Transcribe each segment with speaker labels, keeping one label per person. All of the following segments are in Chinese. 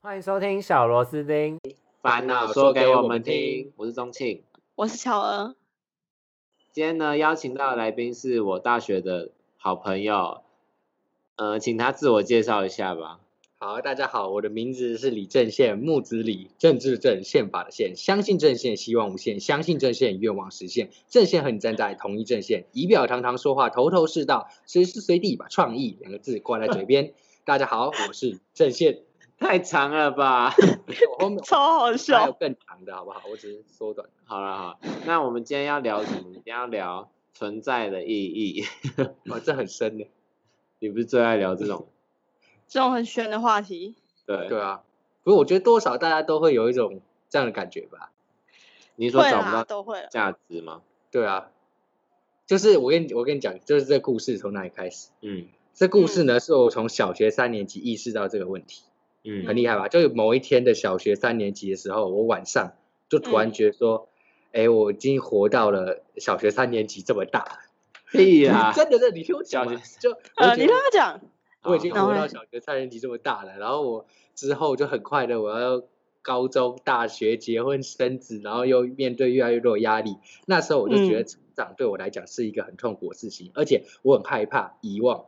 Speaker 1: 欢迎收听小螺丝钉，
Speaker 2: 烦恼说给我们听。我是钟庆，
Speaker 3: 我是巧儿，
Speaker 2: 今天呢邀请到的来宾是我大学的好朋友，呃，请他自我介绍一下吧。
Speaker 4: 好，大家好，我的名字是李正宪，木子李，政治正，宪法的宪，相信正宪，希望无限，相信正宪，愿望实现。正宪和你站在同一阵线，仪表堂堂，说话头头是道，随时随地把创意两个字挂在嘴边。大家好，我是正宪。
Speaker 2: 太长了吧？
Speaker 4: 我 后面
Speaker 3: 超好
Speaker 4: 还有
Speaker 3: 笑。
Speaker 4: 更长的好不好？我只是缩短。
Speaker 2: 好了好，那我们今天要聊什么？今天要聊存在的意义。
Speaker 4: 哇，这很深呢。
Speaker 2: 你不是最爱聊这种？
Speaker 3: 这种很悬的话题，
Speaker 2: 对，
Speaker 4: 对啊，不过我觉得多少大家都会有一种这样的感觉吧。
Speaker 2: 你说
Speaker 3: 会
Speaker 2: 找不
Speaker 3: 啦，
Speaker 2: 到
Speaker 3: 都会啦。
Speaker 2: 价值吗？
Speaker 4: 对啊，就是我跟你我跟你讲，就是这故事从哪里开始？
Speaker 2: 嗯
Speaker 4: 这故事呢，是我从小学三年级意识到这个问题。
Speaker 2: 嗯
Speaker 4: 很厉害吧？就有某一天的小学三年级的时候，我晚上就突然
Speaker 3: 嗯
Speaker 4: 觉得说，哎、我已经活到了小学三年级这么大了，！
Speaker 2: 屁啦
Speaker 3: 啊
Speaker 4: 真的，真的，你听我讲
Speaker 2: 小
Speaker 4: 嘛
Speaker 2: 学，
Speaker 4: 就我
Speaker 3: 呃，你
Speaker 4: 觉
Speaker 3: 跟
Speaker 4: 得
Speaker 3: 他讲，
Speaker 4: 我已经
Speaker 2: 好
Speaker 3: 好
Speaker 4: 活
Speaker 3: 然
Speaker 4: 到
Speaker 3: 后嘞
Speaker 4: 小学三年级这么大了，然后我之后就很快的我要高中、大学、结婚、生子，然后又面对越来越多的压力。那时候我就觉得
Speaker 3: 嗯
Speaker 4: 成长对我来讲是一个很痛苦的事情，而且我很害怕遗忘，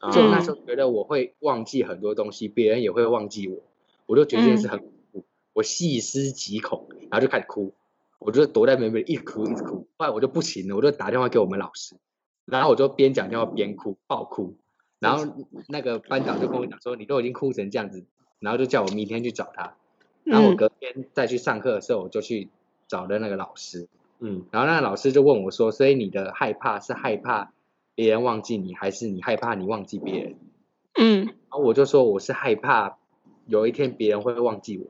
Speaker 2: 啊
Speaker 4: 就那时
Speaker 3: 嗯
Speaker 4: 候觉得我会忘记很多东西，别人也会忘记我，我就觉得这
Speaker 3: 嗯
Speaker 4: 件事很恐怖，我细思极恐，然后就开始哭，我就躲在门边一直哭一直哭，后来我就不行了，我就打电话给我们老师，然后我就边讲电话边哭，爆哭，然后
Speaker 3: 嗯
Speaker 4: 那个班长就跟我讲说，你都已经哭成这样子，然后就叫我明天去找他，然后我
Speaker 3: 嗯
Speaker 4: 隔天再去上课的时候，我就去找了那个老师，
Speaker 2: 嗯
Speaker 4: 然后那个老师就问我说：“所以你的害怕是害怕别人忘记你，还是你害怕你忘记别人
Speaker 3: 嗯？”
Speaker 4: 然后我就说：“我是害怕有一天别人会忘记我。”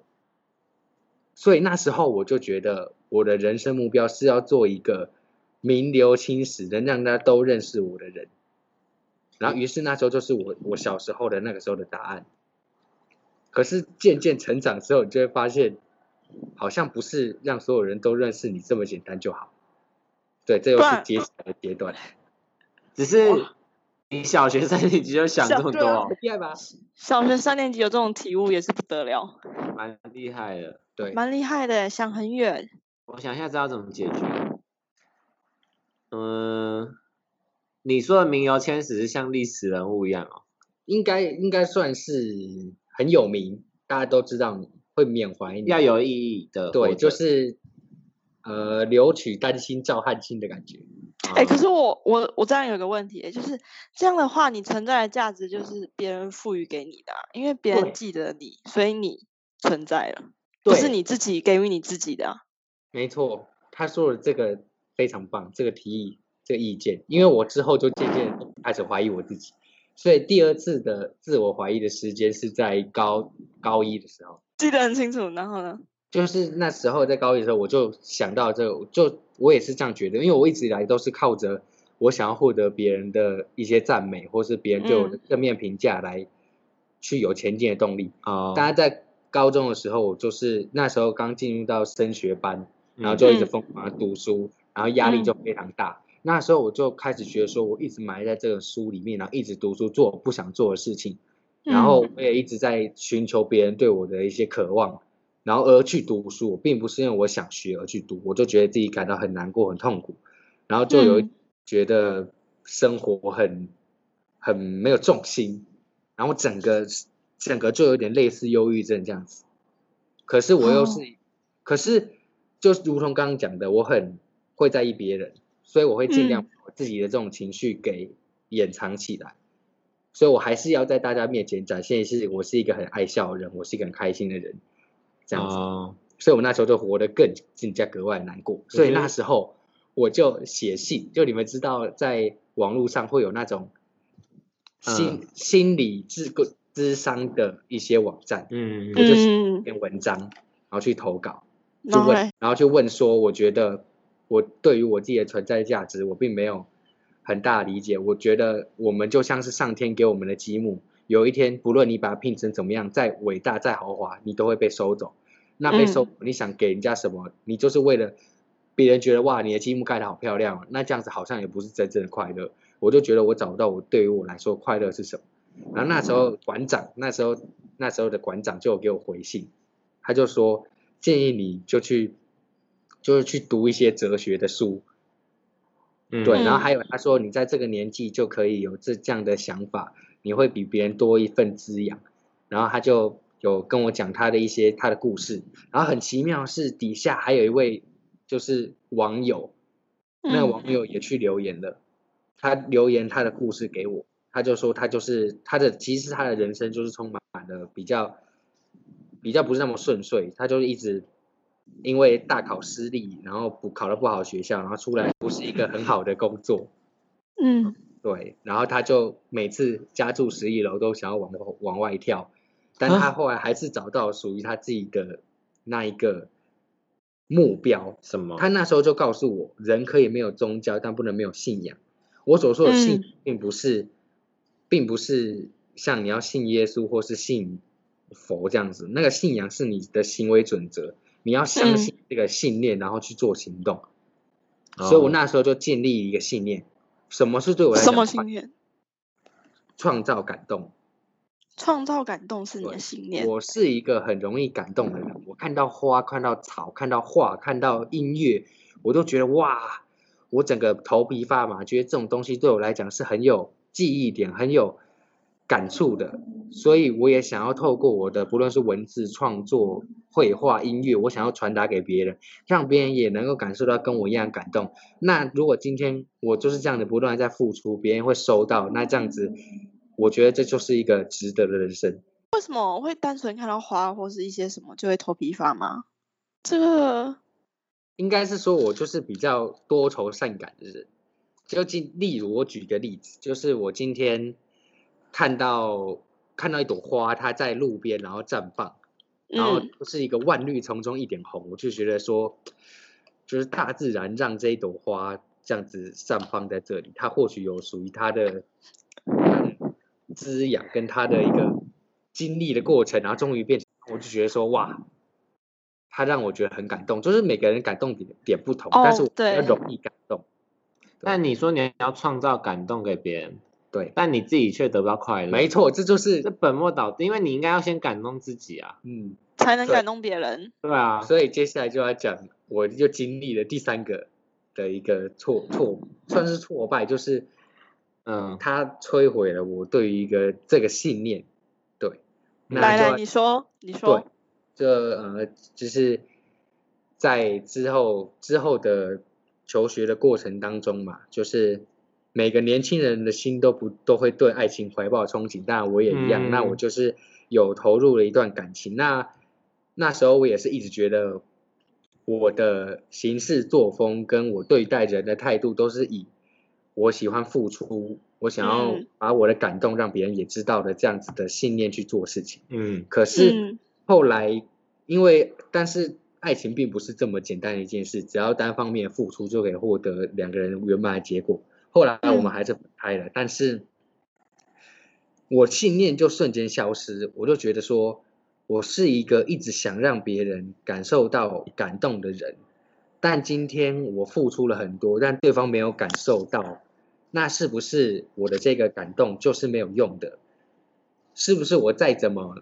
Speaker 4: 所以那时候我就觉得我的人生目标是要做一个名留青史，能让大家都认识我的人。然后，于是那时候就是我我小时候的那个时候的答案。可是渐渐成长之后，你就会发现，好像不是让所有人都认识你这么简单就好。对，这又
Speaker 3: 不
Speaker 4: 是
Speaker 3: 然
Speaker 4: 接下来的阶段，
Speaker 2: 只是你小学三年级就想这
Speaker 3: 小
Speaker 2: 么
Speaker 3: 对啊
Speaker 2: 多，
Speaker 4: 厉害吧？
Speaker 3: 小学三年级有这种体悟也是不得了，
Speaker 2: 蛮厉害的。
Speaker 4: 对，
Speaker 3: 蛮厉害的，欸想很远。
Speaker 2: 我想一下，知道怎么解决。嗯，你说的名流千史是像历史人物一样哦。
Speaker 4: 应该应该算是很有名，大家都知道你会缅怀你，
Speaker 2: 要有意义的活着。
Speaker 4: 对，就是呃留取丹心照汗青的感觉。
Speaker 3: 哎、可
Speaker 2: 嗯
Speaker 3: 是我我我这样有个问题，欸就是这样的话，你存在的价值就是别人赋予给你的啊、因为别
Speaker 4: 对
Speaker 3: 人记得你，所以你存在了，不是
Speaker 4: 对
Speaker 3: 你自己给予你自己的啊、
Speaker 4: 没错，他说的这个非常棒，这个提议，这个意见，因为我之后就渐渐开始怀疑我自己，所以第二次的自我怀疑的时间是在高高一的时候。
Speaker 3: 记得很清楚。然后呢？
Speaker 4: 就是那时候在高一的时候，我就想到这个，我就我也是这样觉得，因为我一直以来都是靠着我想要获得别人的一些赞美，或是别人对我的正面评价来去有前进的动力。
Speaker 2: 哦，
Speaker 4: 大家在高中的时候，我就是那时候刚进入到升学班，然后就
Speaker 2: 嗯
Speaker 4: 一直疯狂的读书，然后压力就非常大。那时候我就开始觉得说，我一直埋在这个书里面，然后一直读书，做我不想做的事情，然
Speaker 3: 嗯
Speaker 4: 后我也一直在寻求别人对我的一些渴望，然后而去读书，我并不是因为我想学而去读，我就觉得自己感到很难过、很痛苦，然后就有一
Speaker 3: 嗯
Speaker 4: 觉得生活很很没有重心，然后整个整个就有点类似忧郁症这样子。可是我又是，
Speaker 3: 哦
Speaker 4: 可是就如同刚刚讲的，我很会在意别人，所以我会
Speaker 2: 嗯
Speaker 4: 尽量把我自己的这种情绪给掩藏起来。所以我还是要在大家面前展现是我是一个很爱笑的人，我是一个很开心的人，这样子。
Speaker 2: 哦
Speaker 4: 所以我那时候就活得更更加格外难过。所以
Speaker 2: 嗯
Speaker 4: 那时候我就写信，就你们知道，在网络上会有那种心、
Speaker 2: 嗯
Speaker 4: 心理智个智商的一些网站，
Speaker 2: 嗯，
Speaker 4: 我就写一
Speaker 3: 嗯，
Speaker 4: 篇文章，然后去投稿，就
Speaker 3: 然后
Speaker 4: 问
Speaker 3: 嘞，
Speaker 4: 然后去问说，我觉得我对于我自己的存在价值，我并没有很大的理解。我觉得我们就像是上天给我们的积木，有一天不论你把它拼成怎么样，再伟大再豪华，你都会被收走。那被收，你想给人家什么？你就是为了别人觉得哇，你的积木盖得好漂啊亮哦，那这样子好像也不是真正的快乐。我就觉得我找不到我对于我来说快乐是什么，然后那时候馆长，那时候那时候的馆长就有给我回信，他就说建议你就去，就是去读一些哲学的书，
Speaker 2: 嗯
Speaker 4: 对，然后
Speaker 3: 嗯
Speaker 4: 还有他说你在这个年纪就可以有这这样的想法，你会比别人多一份滋养。然后他就有跟我讲他的一些他的故事，然后很奇妙的是底下还有一位就是网友，那个
Speaker 3: 嗯
Speaker 4: 网友也去留言了，他留言他的故事给我，他就说他就是他的，其实他的人生就是充满了比较比较不是那么顺遂，他就是一直因为大考失利，然后不考到不好的学校，然后出来不是一个很好的工作，
Speaker 3: 嗯
Speaker 4: 对，然后他就每次家住十一楼都想要往往外跳，但
Speaker 3: 啊
Speaker 4: 他后来还是找到属于他自己的那一个目标，
Speaker 2: 什么？
Speaker 4: 他那时候就告诉我，人可以没有宗教，但不能没有信仰。我所说的信
Speaker 3: 嗯，
Speaker 4: 并不是，并不是像你要信耶稣或是信佛这样子。那个信仰是你的行为准则，你要相
Speaker 3: 嗯
Speaker 4: 信这个信念，然后去做行动。
Speaker 2: 哦
Speaker 4: 所以我那时候就建立一个信念，什么是对我来
Speaker 3: 什
Speaker 4: 讲
Speaker 3: 么
Speaker 4: 创
Speaker 3: 信念？
Speaker 4: 创造感动？
Speaker 3: 创造感动是你
Speaker 4: 对
Speaker 3: 的信念。
Speaker 4: 我是一个很容易感动的人，我看到花、看到草、看到画、看到音乐，我都觉得哇，我整个头皮发麻，觉得这种东西对我来讲是很有记忆点、很有感触的。所以我也想要透过我的不论是文字创作、绘画、音乐，我想要传达给别人，让别人也能够感受到跟我一样感动。那如果今天我就是这样的不断地在付出，别人会收到，那这样子，我觉得这就是一个值得的人生。
Speaker 3: 为什么会单纯看到花或是一些什么就会头皮发麻？这个
Speaker 4: 应该是说我就是比较多愁善感的人。就今例如我举个例子，就是我今天看到看到一朵花，它在路边然后绽放，然后
Speaker 3: 嗯
Speaker 4: 就是一个万绿丛中一点红，我就觉得说，就是大自然让这一朵花这样子绽放在这里，它或许有属于它的它的滋养跟它的一个经历的过程，然后终于变成，我就觉得说哇，它让我觉得很感动，就是每个人感动点点不同，但
Speaker 3: 哦
Speaker 4: 是我比较
Speaker 3: 对
Speaker 4: 容易感动，
Speaker 2: 但你说你要创造感动给别人，
Speaker 4: 对，
Speaker 2: 但你自己却得不到快乐，
Speaker 4: 没，错，这就是
Speaker 2: 这本末倒置，因为你应该要先感动自己啊，
Speaker 4: 嗯，
Speaker 3: 才能
Speaker 4: 对
Speaker 3: 感动别人。
Speaker 2: 对啊，
Speaker 4: 所以接下来就要讲，我就经历了第三个的一个挫挫，算是挫败，就是
Speaker 2: 嗯，
Speaker 4: 它摧毁了我对于一个这个信念。对，那
Speaker 3: 来
Speaker 4: 就
Speaker 3: 来，
Speaker 4: 要
Speaker 3: 你说，你
Speaker 4: 对
Speaker 3: 说，，
Speaker 4: 这呃，就是在之后之后的求学的过程当中嘛，就是每个年轻人的心都不都会对爱情怀抱憧憬，当然我也一样。那
Speaker 2: 嗯
Speaker 4: 我就是有投入了一段感情，那那时候我也是一直觉得我的行事作风跟我对待人的态度都是以我喜欢付出，我想要
Speaker 3: 嗯
Speaker 4: 把我的感动让别人也知道的这样子的信念去做事情。
Speaker 2: 嗯，
Speaker 4: 可
Speaker 3: 嗯
Speaker 4: 是后来，因为但是爱情并不是这么简单的一件事，只要单方面付出就可以获得两个人圆满的结果。后来我们还是分开了，但是我信念就瞬间消失，我就觉得说我是一个一直想让别人感受到感动的人，但今天我付出了很多，但对方没有感受到，那是不是我的这个感动就是没有用的？是不是我再怎么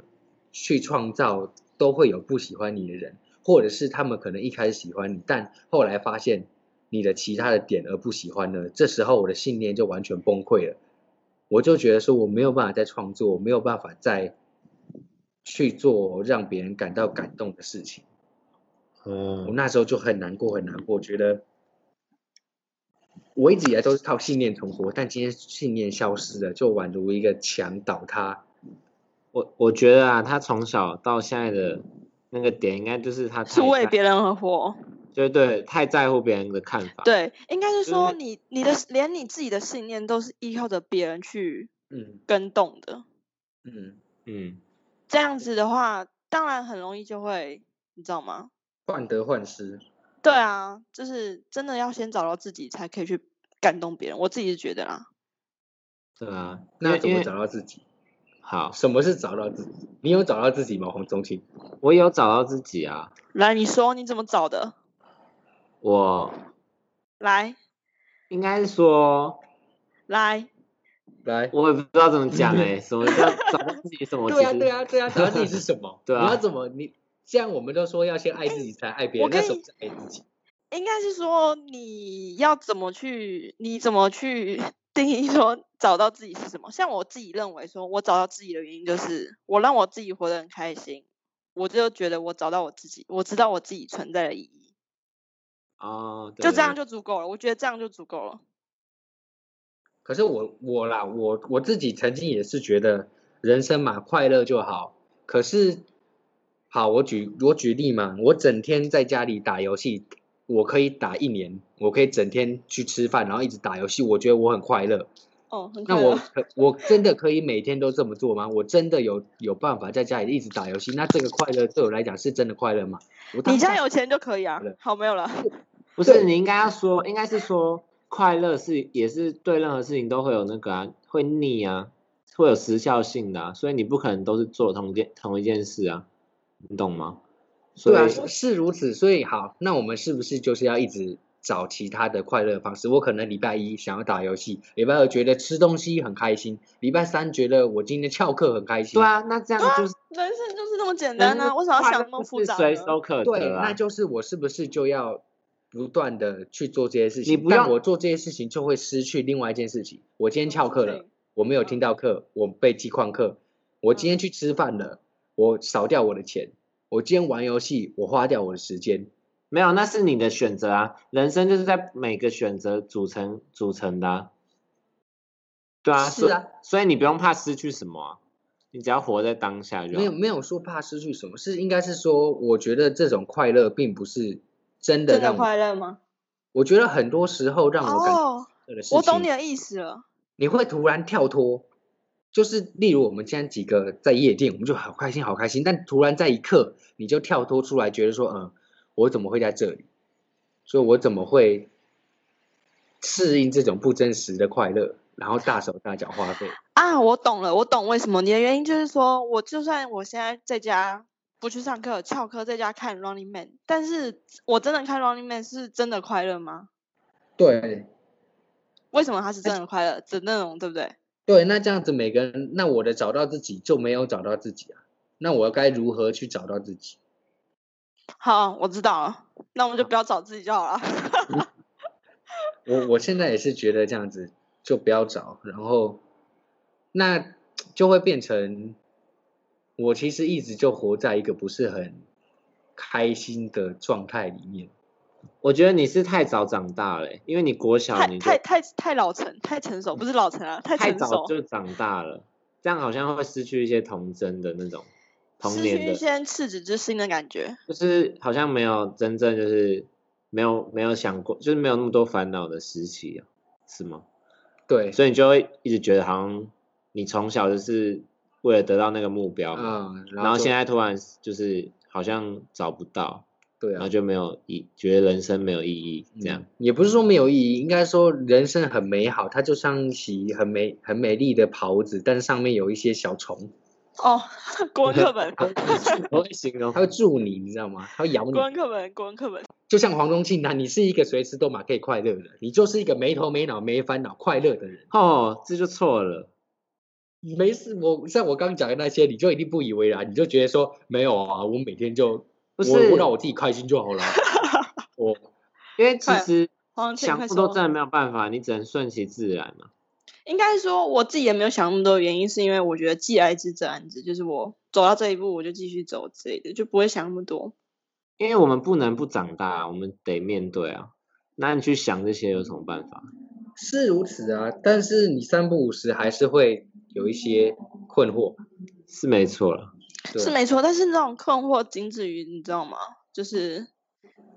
Speaker 4: 去创造，都会有不喜欢你的人，或者是他们可能一开始喜欢你，但后来发现你的其他的点而不喜欢了，这时候我的信念就完全崩溃了。我就觉得说我没有办法再创作，我没有办法再去做让别人感到感动的事情。我
Speaker 2: 嗯，
Speaker 4: 那时候就很难过，很难过，觉得我一直以来都是靠信念存活，但今天信念消失了，就宛如一个墙倒塌。
Speaker 2: 我我觉得啊，他从小到现在的那个点，应该就是他
Speaker 3: 是
Speaker 2: 太
Speaker 3: 为
Speaker 2: 在
Speaker 3: 别人而活。
Speaker 2: 就对，太在乎别人的看法，，
Speaker 3: 对，应该是
Speaker 2: 是
Speaker 3: 说你你的连你自己的信念都是依靠着别人去
Speaker 4: 嗯
Speaker 3: 跟动的，
Speaker 4: 嗯，
Speaker 2: 嗯，
Speaker 3: 这样子的话，当然很容易就会，你知道吗？
Speaker 4: 患得患失。
Speaker 3: 对啊，就是真的要先找到自己，才可以去感动别人。我自己是觉得啦，
Speaker 2: 对啊，因
Speaker 4: 那
Speaker 2: 为
Speaker 4: 要怎
Speaker 2: 因
Speaker 4: 么
Speaker 2: 为
Speaker 4: 找到自己？
Speaker 2: 好，
Speaker 4: 什么是找到自己？你有找到自己吗，黄宗庆？
Speaker 2: 我有找到自己啊，
Speaker 3: 来，你说你怎么找的？
Speaker 2: 我
Speaker 3: 来
Speaker 2: 应该是说，
Speaker 3: 来，
Speaker 4: 来，
Speaker 2: 我也不知道怎么讲哎、什么叫找到自己什 么？
Speaker 4: 对
Speaker 2: 其
Speaker 4: 啊，
Speaker 2: 实
Speaker 4: 对啊，对啊， 找到自己是什么？
Speaker 2: 对啊
Speaker 4: 你要怎么你？这样我们都说要先爱自己才爱别
Speaker 3: 我
Speaker 4: 人，那什
Speaker 3: 跟你
Speaker 4: 么是爱自己？
Speaker 3: 应该是说你要怎么去，你怎么去 定义说找到自己是什么？像我自己认为说，我找到自己的原因就是我让我自己活得很开心，我就觉得我找到我自己，我知道我自己存在的意义，
Speaker 2: 哦，对
Speaker 3: 就这样
Speaker 2: 对
Speaker 3: 就足够了。我觉得这样就足够了。
Speaker 4: 可是我我啦，我我自己曾经也是觉得人生嘛，快乐就好。可是，好，我举我举例嘛，我整天在家里打游戏，我可以打一年，我可以整天去吃饭，然后一直打游戏，我觉得我很快乐。
Speaker 3: 哦，很
Speaker 4: 那
Speaker 3: 快
Speaker 4: 我
Speaker 3: 乐。
Speaker 4: 可我真的可以每天都这么做吗？我真的有有办法在家里一直打游戏？那这个快乐对我来讲是真的快乐吗？我当
Speaker 3: 你家
Speaker 4: 下
Speaker 3: 有钱就可以啊
Speaker 4: 快乐。
Speaker 3: 好，没有了。
Speaker 2: 不是你应该要说，应该是说快乐是也是对任何事情都会有那个啊，会腻啊，会有时效性的、啊，所以你不可能都是做同一件同一件事啊，你懂吗？所
Speaker 4: 对啊，
Speaker 2: 以
Speaker 4: 是是如此。所以好，那我们是不是就是要一直找其他的快乐方式？我可能礼拜一想要打游戏，礼拜二觉得吃东西很开心，礼拜三觉得我今天翘课很开心。
Speaker 2: 对，啊，那这样就是
Speaker 3: 人生就是那么简单
Speaker 2: 人
Speaker 3: 啊，
Speaker 2: 生
Speaker 3: 为什么要
Speaker 2: 快
Speaker 3: 想
Speaker 2: 乐
Speaker 3: 那么
Speaker 2: 就
Speaker 3: 复
Speaker 2: 是
Speaker 3: 杂
Speaker 2: 随
Speaker 3: 呢
Speaker 2: 手可
Speaker 4: 对，
Speaker 2: 得
Speaker 4: 那
Speaker 2: 啊。
Speaker 4: 就是我是不是就要不断的去做这些事情？
Speaker 2: 你不
Speaker 4: 但
Speaker 2: 要
Speaker 4: 我做这些事情就会失去另外一件事情。我今天
Speaker 3: 什么
Speaker 4: 翘课
Speaker 3: 事
Speaker 4: 了
Speaker 3: 情，
Speaker 4: 我没有听到课，我被记旷课。我今天
Speaker 3: 嗯
Speaker 4: 去吃饭了，我少掉我的钱。我今天玩游戏，我花掉我的时间。
Speaker 2: 没有，那是你的选择啊，人生就是在每个选择组成组成的、啊。对啊，
Speaker 4: 是
Speaker 2: 所以
Speaker 4: 啊，
Speaker 2: 所以你不用怕失去什么啊、你只要活在当下就好
Speaker 4: 没有。没有说怕失去什么，是应该是说，我觉得这种快乐并不是真的
Speaker 3: 真
Speaker 4: 让
Speaker 3: 的
Speaker 4: 我
Speaker 3: 快乐吗？
Speaker 4: 我觉得很多时候让我感
Speaker 3: 哦，
Speaker 4: 觉的事情，
Speaker 3: 我懂你的意思了。
Speaker 4: 你会突然跳脱，就是例如我们现在几个在夜店，我们就好开心好开心，但突然在一刻你就跳脱出来，觉得说，嗯，我怎么会在这里？所以我怎么会适应这种不真实的快乐，然后大手大脚花费？
Speaker 3: 啊，我懂了，我懂为什么你的原因就是说，我就算我现在在家不去上课，翘课在家看 Running Man，但是我真的看 Running Man 是真的快乐吗？
Speaker 4: 对，
Speaker 3: 为什么它是
Speaker 4: 但
Speaker 3: 真的快乐的那种，对不对？
Speaker 4: 对，那这样子每个人，那我的找到自己就没有找到自己啊，那我该如何去找到自己？
Speaker 3: 好，我知道了，那我们就不要找自己就好了。
Speaker 4: 我我现在也是觉得这样子就不要找，然后那就会变成我其实一直就活在一个不是很开心的状态里面。
Speaker 2: 我觉得你是太早长大了欸、因为你国小
Speaker 3: 太
Speaker 2: 你就
Speaker 3: 太太太老成，太成熟，不是老成啊，太
Speaker 2: 太
Speaker 3: 成熟
Speaker 2: 早，就长大了，这样好像会失去一些童真的那种童
Speaker 3: 失
Speaker 2: 年
Speaker 3: 去一
Speaker 2: 的，
Speaker 3: 些赤子之心的感觉。
Speaker 2: 就是好像没有真正就是没有没有想过，就是没有那么多烦恼的时期啊，是吗？
Speaker 4: 对，
Speaker 2: 所以你就会一直觉得好像你从小就是为了得到那个目标嘛，
Speaker 4: 嗯，
Speaker 2: 然后
Speaker 4: 就
Speaker 2: 现在突然就是好像找不到，
Speaker 4: 对
Speaker 2: 然
Speaker 4: 啊
Speaker 2: 后，就没有意，觉得人生没有意义这样
Speaker 4: 嗯。也不是说没有意义，应该说人生很美好，它就像一袭很美很美丽的袍子，但是上面有一些小虫，
Speaker 3: 哦， 国文课本，
Speaker 2: 我会形容
Speaker 4: 它会蛀你，你知道吗？它会咬你
Speaker 3: 国。文课本，国文课本。
Speaker 4: 就像黄宗庆那、你是一个随时都马可以快乐的，你就是一个没头没脑没烦恼快乐的人。
Speaker 2: 哦，这就错了。
Speaker 4: 没事，我像我刚讲的那些，你就一定不以为然，你就觉得说没有啊，我每天就
Speaker 2: 不
Speaker 4: 我
Speaker 2: 是
Speaker 4: 我让我自己开心就好了。 我
Speaker 2: 因为其
Speaker 3: 快
Speaker 2: 实
Speaker 3: 黄庆
Speaker 2: 想
Speaker 3: 快
Speaker 2: 那么多
Speaker 3: 说
Speaker 2: 真的没有办法，你只能顺其自然嘛。
Speaker 3: 应该说我自己也没有想那么多，原因是因为我觉得既来之则安之，就是我走到这一步我就继续走之类的，就不会想那么多。
Speaker 2: 因为我们不能不长大，我们得面对啊。那你去想这些有什么办法？
Speaker 4: 是如此啊，但是你三不五时还是会有一些困惑。
Speaker 2: 是没错了，
Speaker 4: 对
Speaker 3: 是没错，但是那种困惑仅止于你知道吗？就是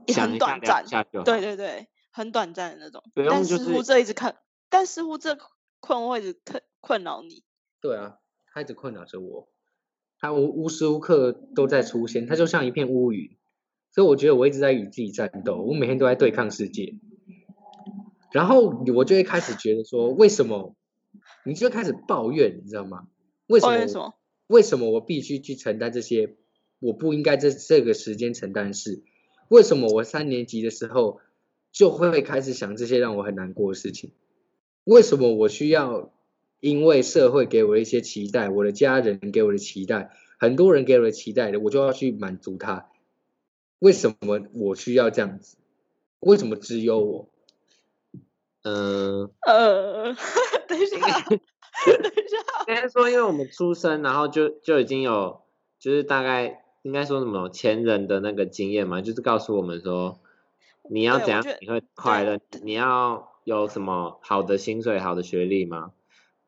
Speaker 3: 也
Speaker 2: 想
Speaker 3: 很
Speaker 2: 一下
Speaker 3: 短
Speaker 2: 聊
Speaker 3: 暂
Speaker 2: 一，下就好。
Speaker 3: 对对对，很短暂的那种。
Speaker 2: 不用
Speaker 3: 但
Speaker 2: 就
Speaker 3: 似乎
Speaker 2: 是
Speaker 3: 这一直看，但似乎这困惑一直困困扰你。
Speaker 4: 对啊，它一直困扰着我，它无无时无刻都在出现，它就像一片乌云，所以我觉得我一直在与自己战斗，我每天都在对抗世界。然后我就会开始觉得说，为什么？你就开始抱怨，你知道吗？为什
Speaker 3: 抱
Speaker 4: 么
Speaker 3: 哦怨什
Speaker 4: 我？
Speaker 3: 么？
Speaker 4: 为什么我必须去承担这些我不应该在这个时间承担的事？为什么我三年级的时候就会开始想这些让我很难过的事情？为什么我需要因为社会给我一些期待，我的家人给我的期待，很多人给我的期待，我就要去满足他。为什么我需要这样子？为什么只有我？
Speaker 2: 嗯，
Speaker 3: 呃， 等一下，等一下，
Speaker 2: 应该说，因为我们出生，然后就就已经有，就是大概应该说什么前人的那个经验嘛，就是告诉我们说，你要
Speaker 3: 对
Speaker 2: 怎
Speaker 3: 我
Speaker 2: 样
Speaker 3: 觉得
Speaker 2: 你会快乐
Speaker 3: 对，
Speaker 2: 你要有什么好的薪水、好的学历吗？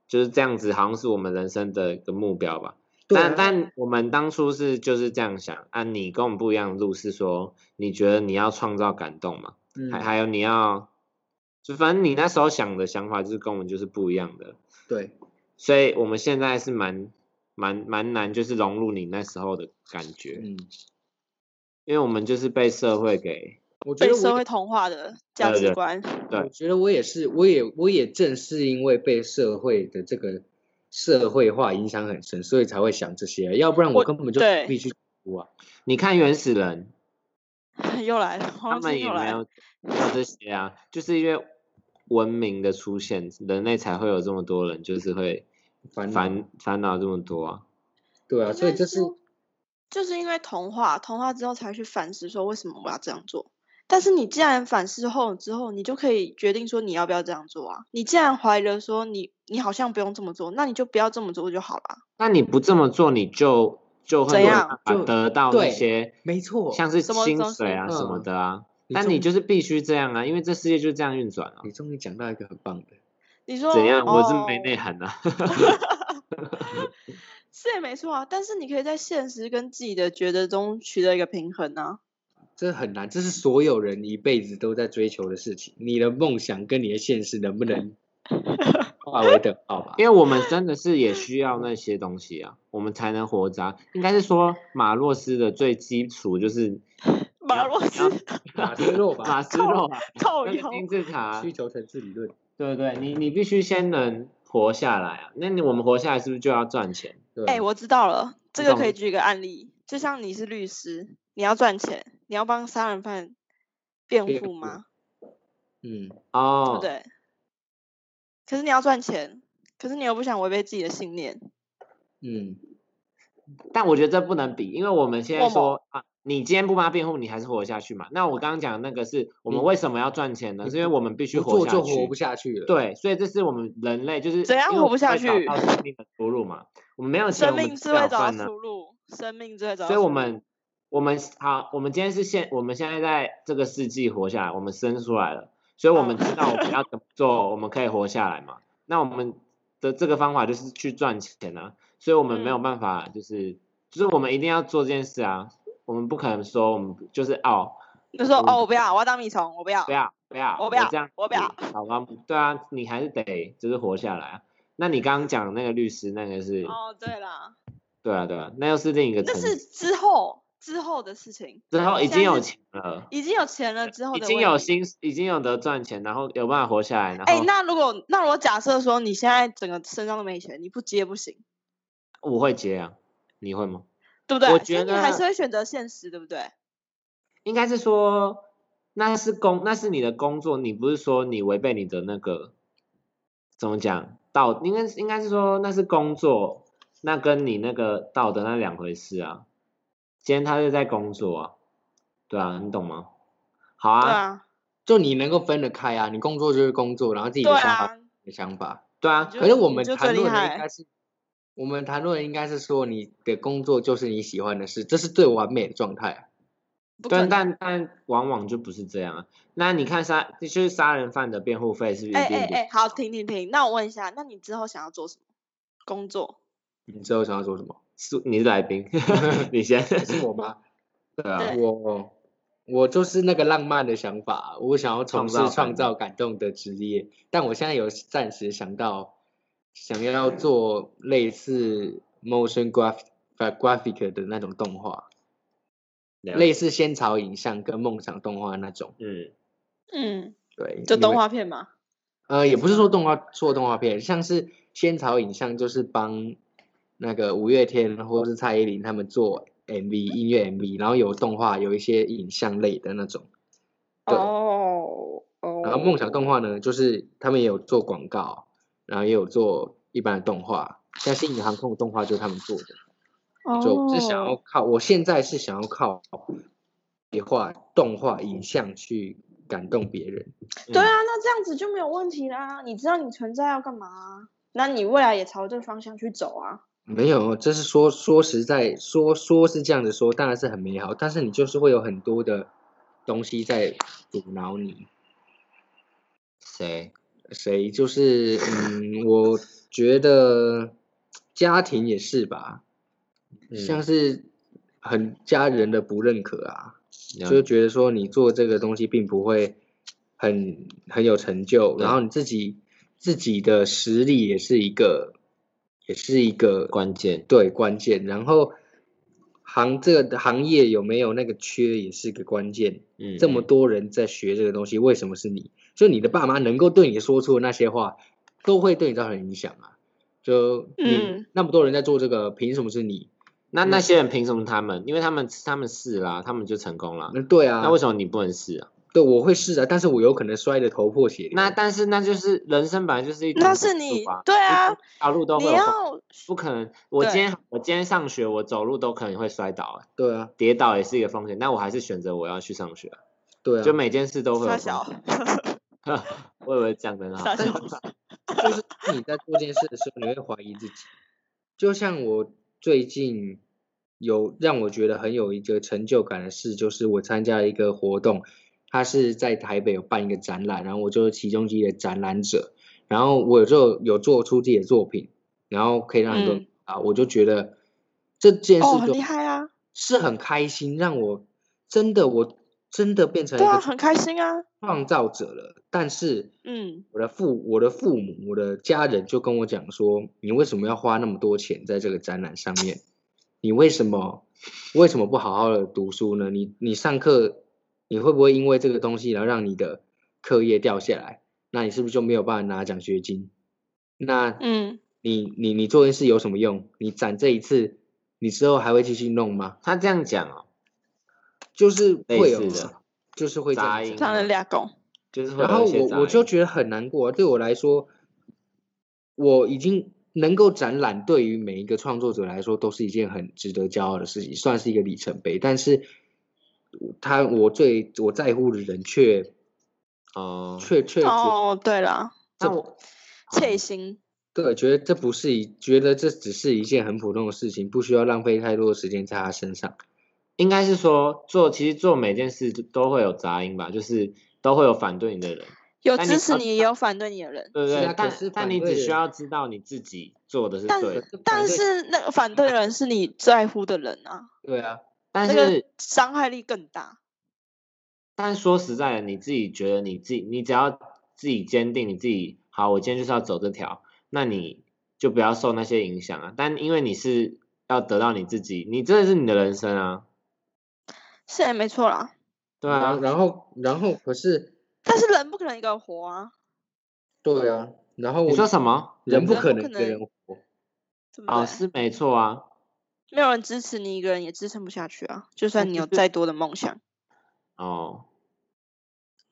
Speaker 2: 就是这样子，好像是我们人生的一个目标吧。
Speaker 4: 对
Speaker 2: 但
Speaker 4: 啊
Speaker 2: 但我们当初是就是这样想啊，你跟我们不一样的路是说，你觉得你要创造感动嘛？还
Speaker 4: 嗯，
Speaker 2: 还有你要，就反正你那时候想的想法就是跟我们就是不一样的。
Speaker 4: 对，
Speaker 2: 所以我们现在是蛮蛮蛮难，就是融入你那时候的感觉，
Speaker 4: 嗯，
Speaker 2: 因为我们就是被社会给
Speaker 4: 我觉
Speaker 3: 被
Speaker 4: 得
Speaker 3: 社
Speaker 4: 我
Speaker 3: 会同化的价
Speaker 2: 对
Speaker 3: 值
Speaker 2: 对
Speaker 3: 观，
Speaker 2: 对
Speaker 4: 我觉得我也是，我也我也正是因为被社会的这个社会化影响很深，所以才会想这些，啊要不然我
Speaker 3: 我
Speaker 4: 根本就
Speaker 3: 对
Speaker 4: 必须读啊。
Speaker 2: 你看原始人，
Speaker 3: 又来了，
Speaker 4: 哦
Speaker 2: 他
Speaker 3: 黄
Speaker 2: 们
Speaker 3: 金
Speaker 2: 也
Speaker 3: 又
Speaker 2: 没
Speaker 3: 来了。
Speaker 2: 有没有这些啊，就是因为文明的出现，人类才会有这么多人，就是会
Speaker 4: 烦恼
Speaker 2: 烦烦恼这么多啊。
Speaker 4: 对啊，
Speaker 3: 应
Speaker 4: 所以
Speaker 3: 该
Speaker 4: 这是
Speaker 3: 说就是因为童话，童话之后才去反思说为什么我要这样做。但是你既然反思后之后，你就可以决定说你要不要这样做啊。你既然怀疑了说你你好像不用这么做，那你就不要这么做就好了。
Speaker 2: 那你不这么做，你就就会
Speaker 3: 怎
Speaker 2: 没有
Speaker 3: 样
Speaker 2: 办法
Speaker 4: 就
Speaker 2: 得到那
Speaker 4: 对
Speaker 2: 些
Speaker 4: 没错，
Speaker 2: 像是
Speaker 3: 什么
Speaker 2: 薪
Speaker 3: 东
Speaker 2: 水啊
Speaker 4: 西
Speaker 2: 什么
Speaker 4: 嗯
Speaker 2: 的啊。
Speaker 4: 你嗯
Speaker 2: 但
Speaker 4: 终
Speaker 2: 你
Speaker 4: 于
Speaker 2: 就是必须这样啊，因为这世界就这样运转啊。
Speaker 4: 你终于讲到一个很棒的，
Speaker 3: 你说
Speaker 2: 怎样？我是没
Speaker 3: 哦
Speaker 2: 内涵啊。
Speaker 3: 是也没错啊，但是你可以在现实跟自己的觉得中取得一个平衡啊。
Speaker 4: 这很难，这是所有人一辈子都在追求的事情。你的梦想跟你的现实能不能化为等号吧？
Speaker 2: 因为我们真的是也需要那些东西啊，我们才能活着啊、应该是说马洛斯的最基础就是
Speaker 3: 马洛斯
Speaker 4: 马斯洛
Speaker 2: 马
Speaker 4: 吧，
Speaker 2: 斯洛啊，
Speaker 3: 靠
Speaker 2: 那个
Speaker 3: 腰，
Speaker 2: 金字塔啊，
Speaker 4: 需求层次理论，
Speaker 2: 对不对？你你必须先能活下来啊。那你我们活下来是不是就要赚钱？
Speaker 4: 对
Speaker 3: 哎、
Speaker 4: 啊，
Speaker 3: 我知道了，这
Speaker 2: 你
Speaker 3: 个
Speaker 2: 懂
Speaker 3: 可以举一个案例，就像你是律师，你要赚钱，你要帮杀人犯辩
Speaker 4: 辩
Speaker 3: 护
Speaker 4: 护
Speaker 3: 吗？
Speaker 4: 嗯，
Speaker 3: 对不
Speaker 2: 哦，
Speaker 3: 对？可是你要赚钱，可是你又不想违背自己的信念，
Speaker 4: 嗯，
Speaker 2: 但我觉得这不能比，因为我们现在
Speaker 3: 为什么
Speaker 2: 说啊，你今天不帮他辩护，你还是活得下去嘛。那我刚刚讲的那个是我们
Speaker 4: 你
Speaker 2: 为什么要赚钱呢？
Speaker 4: 你
Speaker 2: 是因为
Speaker 4: 不
Speaker 2: 我们必须
Speaker 4: 嗯不
Speaker 2: 活
Speaker 4: 做
Speaker 2: 下
Speaker 4: 就
Speaker 2: 去，
Speaker 4: 活不下去了。，
Speaker 2: 对，所以这是我们人类就是
Speaker 3: 怎样
Speaker 2: 因为
Speaker 3: 活
Speaker 2: 我
Speaker 3: 不
Speaker 2: 们
Speaker 3: 下
Speaker 2: 会找
Speaker 3: 去
Speaker 2: 到生命的出路嘛。我们没有钱，
Speaker 3: 生
Speaker 2: 我们
Speaker 3: 命
Speaker 2: 吃
Speaker 3: 只
Speaker 2: 不
Speaker 3: 会
Speaker 2: 了
Speaker 3: 找到
Speaker 2: 饭呢、
Speaker 3: 出路，生命只会找到
Speaker 2: 啊所
Speaker 3: 出
Speaker 2: 以
Speaker 3: 路。
Speaker 2: 我们我们好，我们今天是现我们现在在这个世纪活下来，我们生出来了，所以我们
Speaker 3: 嗯
Speaker 2: 知道我们要怎么做，我们可以活下来嘛。那我们的这个方法就是去赚钱啊，所以我们没有
Speaker 3: 嗯
Speaker 2: 办法，就是、就是我们一定要做这件事啊，我们不可能说我们就是哦
Speaker 3: 就说
Speaker 2: 我们
Speaker 3: 哦，我不要，我要当米虫，我不要
Speaker 2: 不。要不要，
Speaker 3: 我不要
Speaker 2: 这样
Speaker 3: 我不要
Speaker 2: 子，好吧？对啊，你还是得就是活下来啊。那你刚刚讲的那个律师，那个是、
Speaker 3: 哦，对啦，
Speaker 2: 对啊对啊，那又是另一个
Speaker 3: 那
Speaker 2: 层
Speaker 3: 是
Speaker 2: 次，
Speaker 3: 之后之后的事情，
Speaker 2: 之后已
Speaker 3: 现在
Speaker 2: 经有
Speaker 3: 是
Speaker 2: 钱了。
Speaker 3: 已经有钱了之后
Speaker 2: 已
Speaker 3: 的
Speaker 2: 经
Speaker 3: 问
Speaker 2: 有
Speaker 3: 题
Speaker 2: 薪，已经有得赚钱，然后有办法活下来，然
Speaker 3: 哎、
Speaker 2: 后
Speaker 3: 那如果那如果假设说你现在整个身上都没钱，你不接不行，
Speaker 2: 我会接啊，你会吗？
Speaker 3: 对不对？
Speaker 2: 我
Speaker 3: 所
Speaker 2: 觉
Speaker 3: 以你还是
Speaker 2: 得
Speaker 3: 会选择现实，对不对？
Speaker 2: 应该是说那是工，那是你的工作，你不是说你违背你的那个怎么讲道？应该是应该是说那是工作，那跟你那个道德那两回事啊。今天他是在工作啊，对啊，你懂吗？好
Speaker 3: 对
Speaker 2: 啊，
Speaker 3: 啊，
Speaker 4: 就你能够分得开啊，你工作就是工作，然后自己
Speaker 3: 对
Speaker 4: 的想法，
Speaker 3: 啊，
Speaker 4: 你的想法。
Speaker 2: 对
Speaker 3: 你
Speaker 2: 啊，
Speaker 3: 就
Speaker 4: 可是我
Speaker 3: 你
Speaker 4: 们
Speaker 3: 就最
Speaker 4: 谈
Speaker 3: 厉
Speaker 4: 论的
Speaker 3: 害
Speaker 4: 应该是，我们谈论的应该是说你的工作就是你喜欢的事，这是最完美的状态啊。
Speaker 3: 不可
Speaker 2: 但但
Speaker 3: 能。
Speaker 2: 但往往就不是这样啊。那你看杀，就是杀人犯的辩护费是不是
Speaker 3: 哎
Speaker 2: 一定
Speaker 3: 哎
Speaker 2: 比
Speaker 3: 哎，好，停停停，那我问一下，那你之后想要做什么工作？
Speaker 4: 你之后想要做什么？
Speaker 2: 是你是来宾， 你先。
Speaker 4: 是我吗？
Speaker 2: 对啊，
Speaker 3: 嗯对
Speaker 4: 我我就是那个浪漫的想法，我想要
Speaker 2: 创
Speaker 4: 从事
Speaker 2: 造
Speaker 4: 创
Speaker 2: 感
Speaker 4: 造感动的职业，但我现在有暂时想到想
Speaker 3: 嗯
Speaker 4: 要做类似 motion graphic graphic 的那种动画，
Speaker 2: 了
Speaker 4: 类
Speaker 2: 解
Speaker 4: 似仙草影像跟梦想动画那种。
Speaker 2: 嗯，
Speaker 3: 嗯，
Speaker 4: 对，
Speaker 3: 就
Speaker 4: 你
Speaker 3: 动
Speaker 4: 们
Speaker 3: 画片嘛。
Speaker 4: 呃，也不是说动画做动画片，像是仙草影像就是帮那个五月天或是蔡依林他们做 MV 音乐 MV，然后有动画，有一些影像类的那种。对，
Speaker 3: 哦哦。
Speaker 4: 然后梦想动画呢，就是他们也有做广告，然后也有做一般的动画，像星宇航空的动画就是他们做的。
Speaker 3: 哦
Speaker 4: 就我是想要靠，我现在是想要靠笔画、动画、影像去感动别人。
Speaker 3: 对啊，那这样子就没有问题啦。你知道你存在要干嘛啊、那你未来也朝这个方向去走啊。
Speaker 4: 没有，这是说说实在说说是这样子说，当然是很美好，但是你就是会有很多的东西在阻挠你。
Speaker 2: 谁？
Speaker 4: 谁就是嗯，我觉得家庭也是吧，像
Speaker 2: 嗯，
Speaker 4: 是很家人的不认可啊，
Speaker 2: 了
Speaker 4: 就觉得说你做这个东西并不会很很有成就，
Speaker 2: 对
Speaker 4: 然后你自己自己的实力也是一个也是一个
Speaker 2: 关键
Speaker 4: 对关键，然后行这个行业有没有那个缺也是个关键。
Speaker 2: 嗯
Speaker 4: 这么多人在学这个东西，为什么是你？就你的爸妈能够对你说出的那些话，都会对你造成影响啊。就你
Speaker 3: 嗯
Speaker 4: 那么多人在做这个，凭什么是你？
Speaker 2: 那那些人凭什么他们？因为他们他们试啦，他们就成功啦。
Speaker 4: 那对啊，
Speaker 2: 那为什么你不能试啊？
Speaker 4: 对我会试啊，但是我有可能摔得头破血流。
Speaker 2: 那但是那就是人生本来就是一种
Speaker 3: 那是
Speaker 2: 赌
Speaker 3: 你
Speaker 2: 吧
Speaker 3: 对啊，
Speaker 2: 条路都
Speaker 3: 你
Speaker 2: 会有风
Speaker 3: 要
Speaker 2: 不可能。我
Speaker 3: 对
Speaker 2: 今天我今天上学，我走路都可能会摔倒、欸
Speaker 4: 对啊，
Speaker 2: 跌倒也是一个风险，但我还是选择我要去上学啊、
Speaker 4: 对啊，
Speaker 2: 就每件事都会有
Speaker 3: 傻
Speaker 2: 风
Speaker 3: 小
Speaker 2: 险。 我以为讲得很好
Speaker 3: 傻，小，
Speaker 4: 就是你在做这件事的时候，你会怀疑自己。就像我最近有让我觉得很有一个成就感的事，就是我参加了一个活动，它是在台北有办一个展览，然后我就是其中之一的展览者，然后我就有做出自己的作品，然后可以让很多人
Speaker 3: 嗯
Speaker 4: 啊，我就觉得这件
Speaker 3: 哦
Speaker 4: 事
Speaker 3: 很
Speaker 4: 就
Speaker 3: 厉害啊，
Speaker 4: 是很开心，让我真的我真的变成一
Speaker 3: 对啊，
Speaker 4: 个
Speaker 3: 很开心啊。
Speaker 4: 创造者了，但是，
Speaker 3: 嗯，
Speaker 4: 我的父、我的父母、我的家人就跟我讲说，你为什么要花那么多钱在这个展览上面？你为什么为什么不好好的读书呢？你你上课，你会不会因为这个东西然后让你的课业掉下来？那你是不是就没有办法拿奖学金？那
Speaker 3: 嗯，
Speaker 4: 你你你做件事有什么用？你攒这一次，你之后还会继续弄吗？
Speaker 2: 他这样讲哦、
Speaker 4: 就是会
Speaker 2: 类
Speaker 4: 有
Speaker 2: 似的，
Speaker 4: 就是会这
Speaker 2: 杂
Speaker 4: 样
Speaker 2: 音
Speaker 4: 子。啊
Speaker 3: 让人俩拱。
Speaker 2: 就是会
Speaker 4: 然后
Speaker 2: 有一些
Speaker 4: 我我
Speaker 2: 杂
Speaker 4: 就
Speaker 2: 音
Speaker 4: 觉得很难过啊，对我来说，我已经能够展览，对于每一个创作者来说都是一件很值得骄傲的事情，算是一个里程碑。但是，他我最我在乎的人却
Speaker 2: 哦，
Speaker 4: 却却觉
Speaker 3: 哦，对啦，
Speaker 2: 但我
Speaker 3: 窃心。
Speaker 4: 对觉得这不是一觉得这只是一件很普通的事情，不需要浪费太多的时间在他身上。
Speaker 2: 应该是说做，其实做每件事都都会有杂音吧，就是都会有反对你的人，
Speaker 3: 有
Speaker 2: 但
Speaker 3: 支
Speaker 2: 你
Speaker 3: 持
Speaker 2: 要
Speaker 3: 你，也有反对你的人，
Speaker 2: 对不
Speaker 4: 是
Speaker 2: 对？
Speaker 4: 啊可
Speaker 2: 但
Speaker 4: 是
Speaker 2: 但
Speaker 4: 反
Speaker 2: 你
Speaker 4: 对
Speaker 2: 只需
Speaker 4: 人
Speaker 2: 要知道你自己做的是
Speaker 3: 但
Speaker 2: 对的，
Speaker 3: 但是那个反对的人是你在乎的人啊，
Speaker 4: 对啊，
Speaker 2: 但
Speaker 3: 那
Speaker 2: 是、
Speaker 3: 个伤害力更大。
Speaker 2: 但是说实在的，你自己觉得你自己，你只要自己坚定你自己，好，我今天就是要走这条，那你就不要受那些影响啊。但因为你是要得到你自己，你真的是你的人生啊，
Speaker 3: 是哎也没错啦，
Speaker 2: 对
Speaker 4: 然
Speaker 2: 啊
Speaker 4: 后，然后然后可是
Speaker 3: 但是人不可能一个人活啊，
Speaker 4: 对啊，然后
Speaker 2: 你
Speaker 4: 我
Speaker 2: 说什么？
Speaker 4: 人不
Speaker 3: 人
Speaker 4: 可
Speaker 3: 不
Speaker 4: 能
Speaker 3: 可
Speaker 4: 一个人
Speaker 3: 能
Speaker 4: 活。
Speaker 3: 对不对？
Speaker 2: 哦，是没错啊，
Speaker 3: 没有人支持你一个人也支撑不下去啊，就
Speaker 2: 那
Speaker 3: 算你
Speaker 2: 就
Speaker 3: 有
Speaker 2: 是
Speaker 3: 再多的梦想，
Speaker 2: 哦，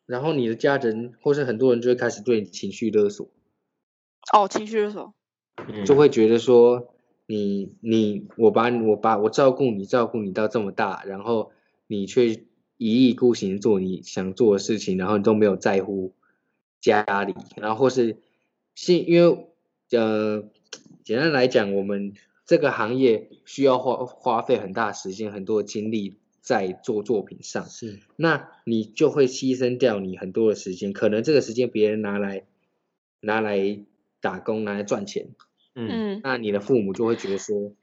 Speaker 4: 然后你的家人或是很多人就会开始对你情绪勒索，
Speaker 3: 哦，情绪勒索，
Speaker 2: 嗯
Speaker 4: 就会觉得说你你我把你我把我照顾你照顾你到这么大，然后你却一意孤行做你想做的事情，然后你都没有在乎家里，然后或是是因为呃简单来讲，我们这个行业需要花花费很大的时间很多的精力在做作品上，
Speaker 2: 是
Speaker 4: 那你就会牺牲掉你很多的时间，可能这个时间别人拿来拿来打工，拿来赚钱，
Speaker 2: 嗯
Speaker 3: 嗯，
Speaker 4: 那你的父母就会觉得说，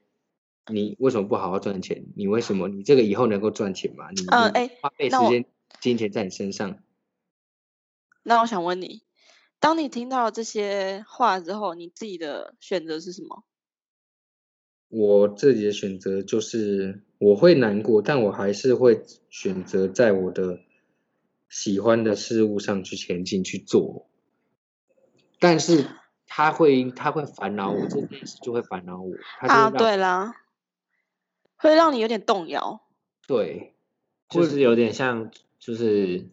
Speaker 4: 你为什么不好好赚钱？你为什么你这个以后能够赚钱吗？你你
Speaker 3: 嗯哎
Speaker 4: 花费
Speaker 3: 那
Speaker 4: 时
Speaker 3: 我
Speaker 4: 间金钱在你身上，
Speaker 3: 那我想问你，当你听到这些话之后，你自己的选择是什么？
Speaker 4: 我自己的选择就是我会难过，但我还是会选择在我的喜欢的事物上去前进去做。但是他会他会烦恼我，这件事就会烦恼我，他就
Speaker 3: 啊，
Speaker 4: 会让
Speaker 3: 对啦，会让你有点动摇，
Speaker 4: 对
Speaker 2: 就是有点像，就是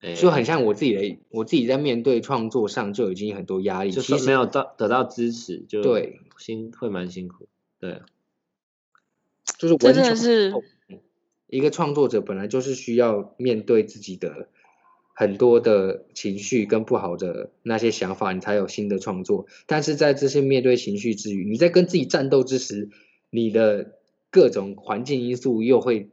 Speaker 2: 哎
Speaker 4: 就很像我自己的，我自己在面对创作上就已经很多压力，
Speaker 2: 就
Speaker 4: 其
Speaker 2: 是没
Speaker 4: 实
Speaker 2: 有到得到支持，就
Speaker 4: 对，
Speaker 2: 辛会蛮辛苦。对，
Speaker 4: 就是
Speaker 3: 这
Speaker 4: 完
Speaker 3: 真
Speaker 4: 全
Speaker 3: 的是
Speaker 4: 一个创作者本来就是需要面对自己的很多的情绪跟不好的那些想法，你才有新的创作。但是在这些面对情绪之余，你在跟自己战斗之时，你的各种环境因素又会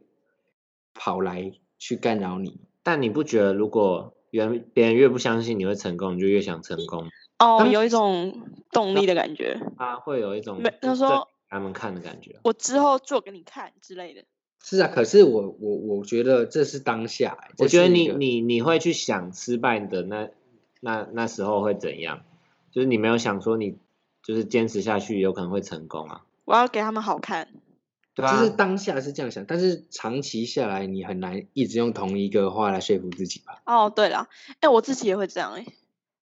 Speaker 4: 跑来去干扰你。
Speaker 2: 但你不觉得如果原别人越不相信你会成功，你就越想成功
Speaker 3: 哦，
Speaker 2: 们
Speaker 3: 有一种动力的感觉。
Speaker 2: 啊？会有一种
Speaker 3: 没他
Speaker 2: 就
Speaker 3: 说
Speaker 2: 证他们看的感觉。啊
Speaker 3: 我之后做给你看之类的。
Speaker 4: 是啊，可是我我我觉得这是当下、欸，
Speaker 2: 我
Speaker 4: 这
Speaker 2: 觉得
Speaker 4: 是一
Speaker 2: 你
Speaker 4: 个
Speaker 2: 你你会去想失败的那那那时候会怎样？就是你没有想说你就是坚持下去有可能会成功啊，
Speaker 3: 我要给他们好看，
Speaker 2: 对啊，
Speaker 4: 就是当下是这样想，但是长期下来你很难一直用同一个话来说服自己吧？
Speaker 3: 哦，对了，哎，我自己也会这样哎、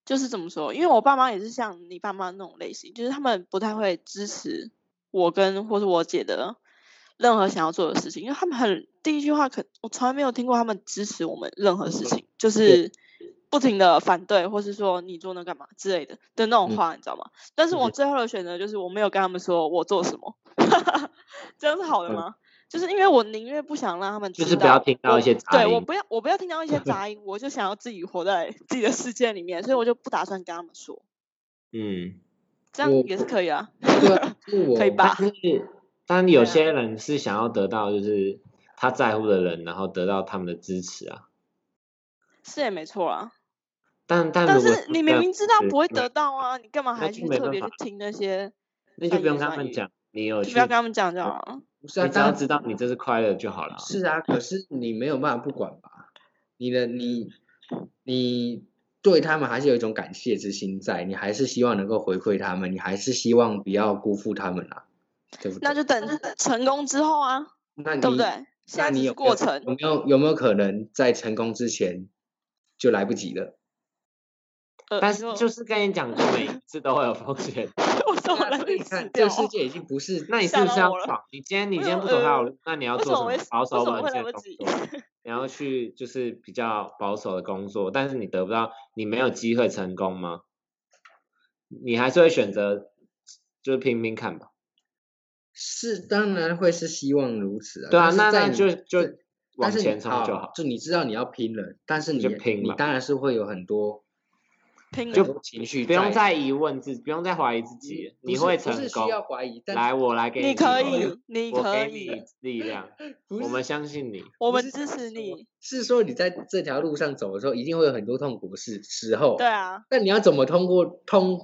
Speaker 3: 就是怎么说？因为我爸妈也是像你爸妈那种类型，就是他们不太会支持我跟或是我姐的任何想要做的事情，因为他们很第一句话可我从来没有听过他们支持我们任何事情，就是不停的反对或是说你做那干嘛之类的的那种
Speaker 4: 嗯
Speaker 3: 话，你知道吗？但是我
Speaker 4: 嗯
Speaker 3: 最后的选择就是我没有跟他们说我做什么， 这样是好的
Speaker 4: 嗯
Speaker 3: 吗？就是因为我宁愿不想让他们
Speaker 2: 就
Speaker 3: 知
Speaker 2: 是不要
Speaker 3: 道
Speaker 2: 听到一
Speaker 3: 我
Speaker 2: 些杂
Speaker 3: 对我
Speaker 2: 音
Speaker 3: 不要我不要听到一些杂音，我就想要自己活在自己的世界里面，所以我就不打算跟他们说，
Speaker 2: 嗯，
Speaker 3: 这样
Speaker 4: 我
Speaker 3: 也是可以啊，
Speaker 4: 对 啊，就是我
Speaker 3: 可以吧？
Speaker 2: 但是但有
Speaker 3: 啊
Speaker 2: 些人是想要得到就是他在乎的人，然后得到他们的支持啊。
Speaker 3: 是也没错啊，
Speaker 2: 但但
Speaker 3: 但
Speaker 2: 如果
Speaker 3: 是你明明知道不会得
Speaker 2: 到，
Speaker 3: 到啊，你干嘛
Speaker 2: 那
Speaker 3: 还
Speaker 2: 就
Speaker 3: 去
Speaker 2: 没
Speaker 3: 特
Speaker 2: 办
Speaker 3: 别
Speaker 2: 法
Speaker 3: 去听那些？
Speaker 2: 那就不用跟他
Speaker 3: 善意善
Speaker 2: 们
Speaker 3: 意
Speaker 2: 讲，你有
Speaker 3: 就
Speaker 2: 去，
Speaker 3: 不要跟他们讲就好了。
Speaker 4: 不是啊，
Speaker 2: 你只要
Speaker 4: 当
Speaker 2: 知道你这是快乐就好了啊。
Speaker 4: 是啊，可是你没有办法不管吧？你的你你对他们还是有一种感谢之心在，你还是希望能够回馈他们，你还是希望不要辜负他们啊，对不对？
Speaker 3: 那就等成功之后啊，
Speaker 4: 那你
Speaker 3: 对不对？现
Speaker 4: 那
Speaker 3: 在
Speaker 4: 你
Speaker 3: 只
Speaker 4: 有没
Speaker 3: 是
Speaker 4: 有
Speaker 3: 过程，
Speaker 4: 有没有有没有可能在成功之前就来不及了？
Speaker 3: 呃
Speaker 2: 但
Speaker 3: 你
Speaker 2: 是
Speaker 3: 说
Speaker 2: 就是跟你讲过，每一次都会有风险。
Speaker 3: 我怎么
Speaker 4: 那
Speaker 3: 来
Speaker 4: 所
Speaker 3: 被
Speaker 4: 以你
Speaker 3: 吃
Speaker 4: 看，这
Speaker 3: 掉
Speaker 4: 个世
Speaker 3: 啊？
Speaker 4: 界已经不是
Speaker 2: 那你是
Speaker 3: 吓
Speaker 2: 不是
Speaker 3: 到
Speaker 2: 要
Speaker 3: 我了
Speaker 2: 闯？你今天你今
Speaker 3: 为
Speaker 2: 天
Speaker 3: 什
Speaker 2: 不
Speaker 3: 么
Speaker 2: 走套
Speaker 3: 呃
Speaker 2: 路，那你要
Speaker 3: 为
Speaker 2: 做
Speaker 3: 什么
Speaker 2: 什
Speaker 3: 会
Speaker 2: 么保
Speaker 3: 为
Speaker 2: 守
Speaker 3: 什么
Speaker 2: 稳
Speaker 3: 会来
Speaker 2: 健的
Speaker 3: 不
Speaker 2: 工
Speaker 3: 及
Speaker 2: 作？你要去就是比较保守的工作，但是你得不到，你没有机会成功吗？你还是会选择就是拼命看吧。
Speaker 4: 是当然会是希望如此啊。
Speaker 2: 对啊，
Speaker 4: 但是
Speaker 2: 那
Speaker 4: 在
Speaker 2: 那
Speaker 4: 你
Speaker 2: 就就
Speaker 4: 对
Speaker 2: 往
Speaker 4: 但是你
Speaker 2: 前冲就好。
Speaker 4: 就你知道你要拼了，但是你
Speaker 2: 就
Speaker 4: 也
Speaker 2: 拼
Speaker 4: 你
Speaker 2: 了
Speaker 4: 当然是会有很多
Speaker 3: 拼
Speaker 4: 很
Speaker 3: 了，
Speaker 4: 多情绪
Speaker 2: 不用
Speaker 4: 在
Speaker 2: 再疑问自己，不用再怀疑自己，
Speaker 4: 不
Speaker 2: 你
Speaker 4: 是
Speaker 2: 会
Speaker 4: 不
Speaker 2: 成
Speaker 4: 是
Speaker 2: 功
Speaker 4: 需。要怀疑，但
Speaker 2: 来，我来给机
Speaker 3: 你可
Speaker 2: 会
Speaker 3: 以，你
Speaker 2: 我
Speaker 3: 可
Speaker 2: 给
Speaker 3: 以
Speaker 2: 你，力量，
Speaker 4: 不
Speaker 2: 我
Speaker 4: 是
Speaker 2: 们相信你。
Speaker 3: 我
Speaker 4: 不
Speaker 3: 们
Speaker 4: 是这
Speaker 3: 支持
Speaker 4: 样说
Speaker 3: 你。
Speaker 4: 是说你在这条路上走的时候，一定会有很多痛苦的事时候。
Speaker 3: 对啊，
Speaker 4: 那你要怎么通过通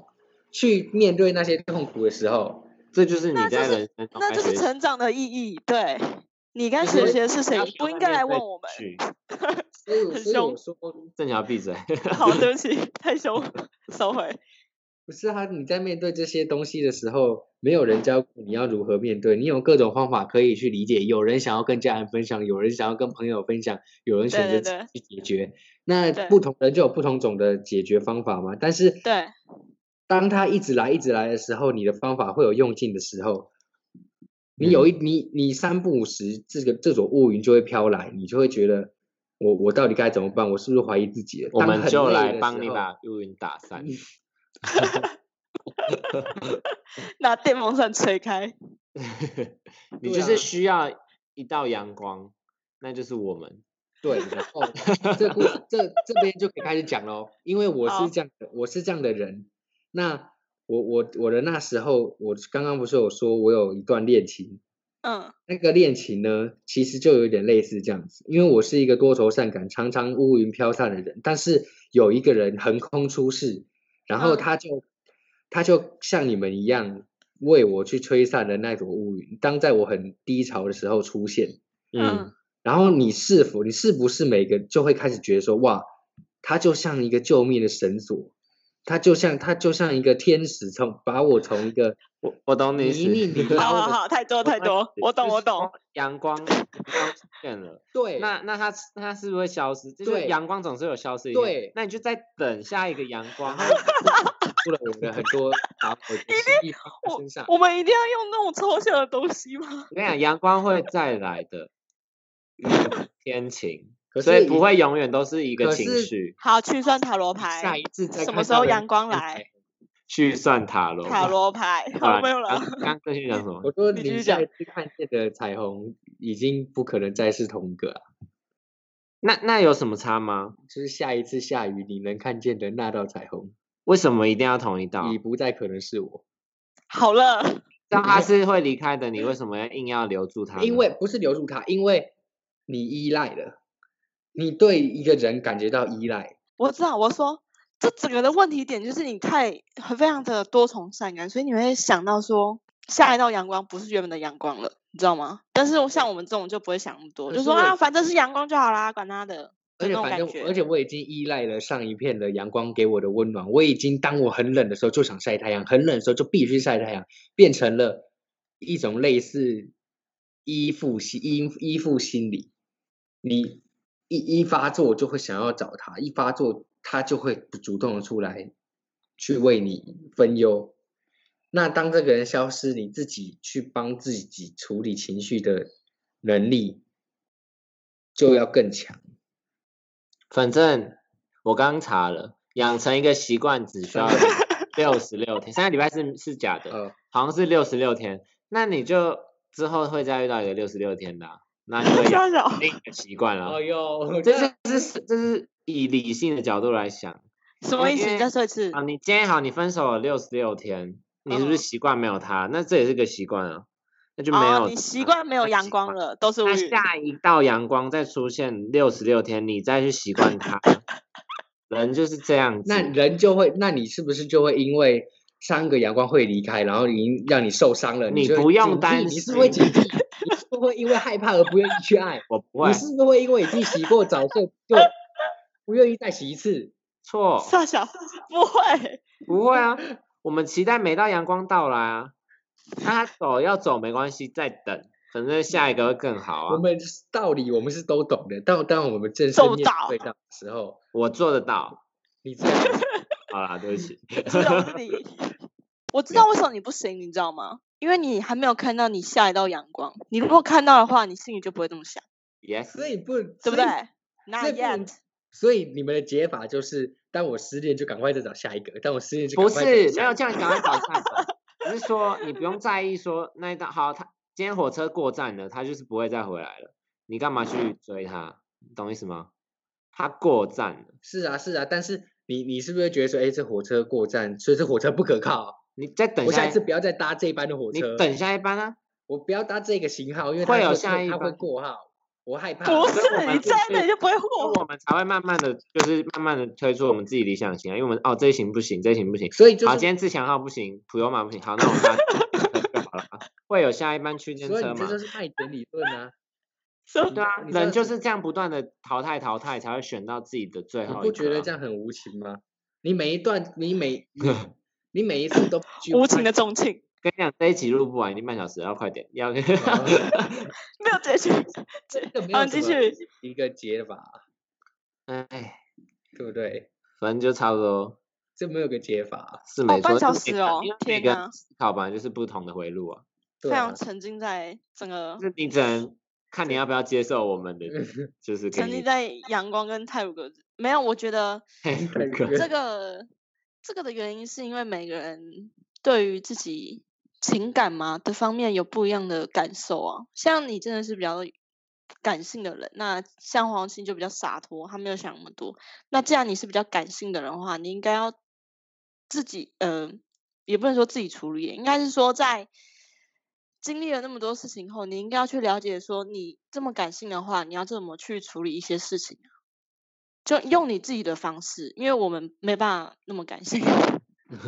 Speaker 4: 去面对那些痛苦的时候？
Speaker 2: 这就是你
Speaker 3: 那就
Speaker 2: 在
Speaker 3: 是
Speaker 2: 人生中
Speaker 3: 那
Speaker 2: 该
Speaker 3: 就是
Speaker 2: 学习
Speaker 3: 成长的意义。对，你该
Speaker 4: 就
Speaker 3: 学
Speaker 4: 是
Speaker 3: 习的事
Speaker 2: 要
Speaker 3: 情
Speaker 2: 学
Speaker 3: 不
Speaker 2: 会
Speaker 3: 应该
Speaker 2: 面
Speaker 3: 来
Speaker 2: 对
Speaker 3: 问我们。
Speaker 2: 情 绪
Speaker 4: 所以我
Speaker 3: 很
Speaker 4: 所以我
Speaker 3: 凶
Speaker 4: 说
Speaker 2: 正巧闭嘴。
Speaker 3: 好，对不起，太凶 了，收回。
Speaker 4: 不是啊，你在面对这些东西的时候，没有人教你要如何面对，你有各种方法可以去理解。有人想要跟家人分享，有人想要跟朋友分享，有人选
Speaker 3: 对
Speaker 4: 择
Speaker 3: 对
Speaker 4: 自己去解决。那
Speaker 3: 对
Speaker 4: 不同人就有不同种的解决方法嘛。但是，
Speaker 3: 对，
Speaker 4: 当他一直来一直来的时候，你的方法会有用尽的时候，你
Speaker 2: 嗯
Speaker 4: 有一你你三不五时，这个这种乌云就会飘来，你就会觉得我我到底该怎么办？我是不是怀疑自己了？
Speaker 2: 我
Speaker 4: 当
Speaker 2: 们
Speaker 4: 很
Speaker 2: 就
Speaker 4: 累
Speaker 2: 来
Speaker 4: 的
Speaker 2: 帮
Speaker 4: 时
Speaker 2: 你
Speaker 4: 候
Speaker 2: 把乌云打 散。
Speaker 3: 拿电风扇吹开。
Speaker 2: 你
Speaker 4: 对
Speaker 2: 就
Speaker 4: 啊
Speaker 2: 是需要一道阳光，那就是我们。
Speaker 4: 对，然 后这故事这这边就可以开始讲喽，因为我
Speaker 3: 好
Speaker 4: 是这样的，我是这样的人。那我我我的那时候，我刚刚不是有说我有一段恋情，
Speaker 3: 嗯，
Speaker 4: 那个恋情呢，其实就有点类似这样子，因为我是一个多愁善感、常常乌云飘散的人，但是有一个人横空出世，然后
Speaker 3: 嗯
Speaker 4: 他就、他就像你们一样为我去吹散了那朵乌云，当在我很低潮的时候出现。
Speaker 2: 嗯，
Speaker 4: 然后你是否，你是不是每个就会开始觉得说，哇，他就像一个救命的绳索，他就像他就像一个天使从把我从一个
Speaker 2: 我我懂你意
Speaker 4: 泥泞
Speaker 2: 思。
Speaker 4: 里
Speaker 3: 嗯， 好
Speaker 4: 捞
Speaker 3: 好
Speaker 4: 的，
Speaker 3: 好，太多
Speaker 2: 懂
Speaker 3: 太
Speaker 2: 你
Speaker 3: 多，我懂
Speaker 2: 就是
Speaker 3: 我懂
Speaker 2: 说。阳光阳光出现了，
Speaker 4: 对，
Speaker 2: 那那它它是不是会消失？就是
Speaker 4: 对
Speaker 2: 阳光总是有消失一天
Speaker 4: 对
Speaker 2: 那你就再等下一个阳 光。
Speaker 4: 然后出了我的很多打火的记忆放在身上。
Speaker 3: 我们一定要用那种抽象的东西 吗？
Speaker 2: 我跟你讲，阳光会再来的，雨天晴。
Speaker 4: 可
Speaker 2: 所以
Speaker 4: 是
Speaker 2: 不会永远都是一个
Speaker 4: 可
Speaker 2: 情
Speaker 4: 是
Speaker 2: 绪。
Speaker 3: 好，去算塔罗
Speaker 4: 下
Speaker 3: 牌
Speaker 4: 一，次再
Speaker 3: 什
Speaker 4: 看
Speaker 3: 么时
Speaker 4: 到
Speaker 3: 候
Speaker 4: 的
Speaker 3: 阳光
Speaker 4: 人
Speaker 3: 来？
Speaker 2: 去算塔罗，
Speaker 3: 塔罗牌，
Speaker 2: 好
Speaker 3: 好没有
Speaker 2: 刚
Speaker 3: 了。
Speaker 2: 刚正旭讲什么
Speaker 4: 我？说
Speaker 3: 你
Speaker 4: 你
Speaker 3: 继续
Speaker 4: 下
Speaker 3: 讲
Speaker 4: 一次看见的彩虹已经不可能再是同一个啊，
Speaker 2: 那那有什么差吗？
Speaker 4: 就是下一次下雨你能看见的那道彩虹
Speaker 2: 为什么一定要同一道
Speaker 4: 已？不再可能是我，
Speaker 3: 好了，
Speaker 2: 但他是会离开的，你为什么要硬要留住他呢？
Speaker 4: 因为不是留住他，因为你依赖了，你对一个人感觉到依赖，
Speaker 3: 我知道，我说这整个的问题点就是你太很非常的多重善感，所以你会想到说下一道阳光不是原本的阳光了，你知道吗？但是我像我们这种就不会想那么多，
Speaker 4: 可
Speaker 3: 就是说啊，
Speaker 4: 我
Speaker 3: 反正是阳光就好啦，管他的，
Speaker 4: 而且
Speaker 3: 就那种
Speaker 4: 反
Speaker 3: 感
Speaker 4: 正
Speaker 3: 觉。
Speaker 4: 而 且我已经依赖了上一片的阳光给我的温暖，我已经当我很冷的时候就想晒太阳，很冷的时候就必须晒太阳，变成了一种类似依附心依依附心理，你一一发作就会想要找他，一发作他就会主动的出来去为你分忧。那当这个人消失，你自己去帮自己处理情绪的能力就要更强。
Speaker 2: 反正我刚查了，养成一个习惯只 需要六十六天，上个礼拜是是假的，
Speaker 4: 呃，
Speaker 2: 好像是六十六天，那你就之后会再遇到一个六十六天的啊、那你会 养
Speaker 3: 笑笑
Speaker 2: 成另一个习惯
Speaker 4: 啊
Speaker 3: 哦
Speaker 2: 了。
Speaker 4: 呦，
Speaker 2: 这是这是这是以理性的角度来想
Speaker 3: 什么意思？
Speaker 2: 因
Speaker 3: 你
Speaker 2: 为
Speaker 3: 再说一次
Speaker 2: 啊，。你今天好，你分手了六十六天，你是不
Speaker 3: 嗯
Speaker 2: 是习惯没有他？那这也是个习惯啊，那就没有、
Speaker 3: 哦，你习惯没有
Speaker 2: 那
Speaker 3: 阳
Speaker 2: 习
Speaker 3: 光
Speaker 2: 惯
Speaker 3: 了，都
Speaker 4: 啊
Speaker 3: 是乌
Speaker 2: 那
Speaker 3: 云。
Speaker 2: 下一道阳光再出现六十六天，你再去习惯 它，人就是这样子。
Speaker 4: 那人就会，那你是不是就会因为上一个阳光会离开，然后已经让你受伤了，
Speaker 2: 你
Speaker 4: 就会
Speaker 2: 不用
Speaker 4: 警惕
Speaker 2: 担
Speaker 4: 你是不是会警
Speaker 2: 心
Speaker 4: 惕，你是不是会因为害怕而不愿意去 爱，
Speaker 2: 我不会
Speaker 4: 你是不是会因为你自己洗过澡就就不愿意再洗一次？
Speaker 2: 错，
Speaker 3: 笑笑不会，
Speaker 2: 不会 啊。我们期待每道阳光到来啊，那他走要走没关系，再等，反正下一个会更好
Speaker 4: 我
Speaker 2: 啊。
Speaker 4: 们是道理我们是都懂的，但当我们正式
Speaker 3: 做不
Speaker 4: 面
Speaker 3: 到
Speaker 4: 对到的时候，
Speaker 2: 我做得到。
Speaker 4: 你这样子
Speaker 2: 好啦，对不 起，
Speaker 3: 知道
Speaker 4: 啊
Speaker 3: 是你。 我知道为什么你不行，你知道吗？因为你还没有看到你下一道阳光。你如果看到的话，你心里就不会这么想，
Speaker 2: yes，
Speaker 4: 所 以不
Speaker 3: 对不对？？Not
Speaker 4: 所以不能
Speaker 3: yet。
Speaker 4: 所以你们的解法就是，当我失恋就赶快再找下一个，当我失恋就
Speaker 2: 不
Speaker 4: 赶快再找
Speaker 2: 是
Speaker 4: 下
Speaker 2: 没
Speaker 4: 一
Speaker 2: 有
Speaker 4: 个
Speaker 2: 叫你赶快找下一个，只是说你不用在意说那一道好，他今天火车过站了，他就是不会再回来了，你干嘛去追他？懂意思吗？他过站了，
Speaker 4: 是啊，是啊，但是你你是不是觉得说，哎，这火车过站，所以这火车不可靠，
Speaker 2: 你再 等
Speaker 4: 我下
Speaker 2: 一
Speaker 4: 一次不要再搭这班的火
Speaker 2: 你
Speaker 4: 车，
Speaker 2: 等下一班啊，
Speaker 4: 我不要搭这个型号，因为
Speaker 2: 会
Speaker 4: 它
Speaker 2: 有
Speaker 4: 会
Speaker 2: 下一
Speaker 4: 它会
Speaker 2: 班
Speaker 4: 过号，我 害怕。
Speaker 3: 不
Speaker 2: 所以我
Speaker 3: 是，
Speaker 2: 们
Speaker 3: 你
Speaker 2: 必
Speaker 3: 这样
Speaker 2: 须
Speaker 3: 子你就不会
Speaker 2: 所
Speaker 3: 火
Speaker 2: 以。我们才会慢慢的，就是慢慢的推出我们自己理想型啊，因为我们哦这一型不行，这一型不行，
Speaker 4: 所以就
Speaker 2: 好，
Speaker 4: 是，
Speaker 2: 今天自强号不行，普悠玛不行，好，那我们搭就好了啊，会有下一班区间
Speaker 4: 所以
Speaker 2: 车
Speaker 4: 你这
Speaker 2: 嘛
Speaker 4: 就？是麦田理论 啊，
Speaker 3: 什
Speaker 4: 你
Speaker 3: 么
Speaker 2: 对啊，
Speaker 4: 你这
Speaker 2: 人
Speaker 4: 样
Speaker 2: 就
Speaker 4: 子
Speaker 2: 是这样不断的淘汰淘汰，才会选到自己的最
Speaker 4: 你
Speaker 2: 后一
Speaker 4: 不
Speaker 2: 刻
Speaker 4: 觉得
Speaker 2: 啊
Speaker 4: 这样很无情吗？你每一段，你 每你你每一次都去
Speaker 3: 无情
Speaker 4: 换
Speaker 3: 的重 庆，
Speaker 2: 跟你讲，这一集录不完，已经半小时了，要快点， 要
Speaker 3: 没有结局。
Speaker 4: 这个没
Speaker 3: 好
Speaker 4: 有
Speaker 3: 你
Speaker 4: 什
Speaker 3: 继
Speaker 4: 么
Speaker 3: 续
Speaker 4: 一个解法，
Speaker 2: 哎，
Speaker 4: 对不对？
Speaker 2: 反正就差不多
Speaker 4: 这没有个解法，
Speaker 2: 是
Speaker 3: 哦
Speaker 2: 没错，
Speaker 3: 半小
Speaker 2: 就是
Speaker 3: 时
Speaker 2: 每个
Speaker 3: 哦
Speaker 2: 因为
Speaker 3: 天
Speaker 2: 每个
Speaker 3: 哪
Speaker 2: 人思考本来就是不同的回路啊，
Speaker 4: 对
Speaker 3: 非
Speaker 4: 啊
Speaker 3: 常，沉浸在整个
Speaker 2: 就，是你只能看你要不要接受我 们的，就是给
Speaker 3: 沉
Speaker 2: 你
Speaker 3: 浸在阳光跟泰鲁格。没有，我觉得
Speaker 4: 太
Speaker 2: 这个
Speaker 4: 热
Speaker 3: 这个这个的原因是因为每个人对于自己情感嘛的方面有不一样的感受啊。像你真的是比较感性的人，那像黄青就比较洒脱，他没有想那么多。那既然你是比较感性的人的话，你应该要自己，嗯、也不能说自己处理，应该是说在经历了那么多事情后，你应该要去了解说，你这么感性的话，你要怎么去处理一些事情啊就用你自己的方式，因为我们没办法那么感性，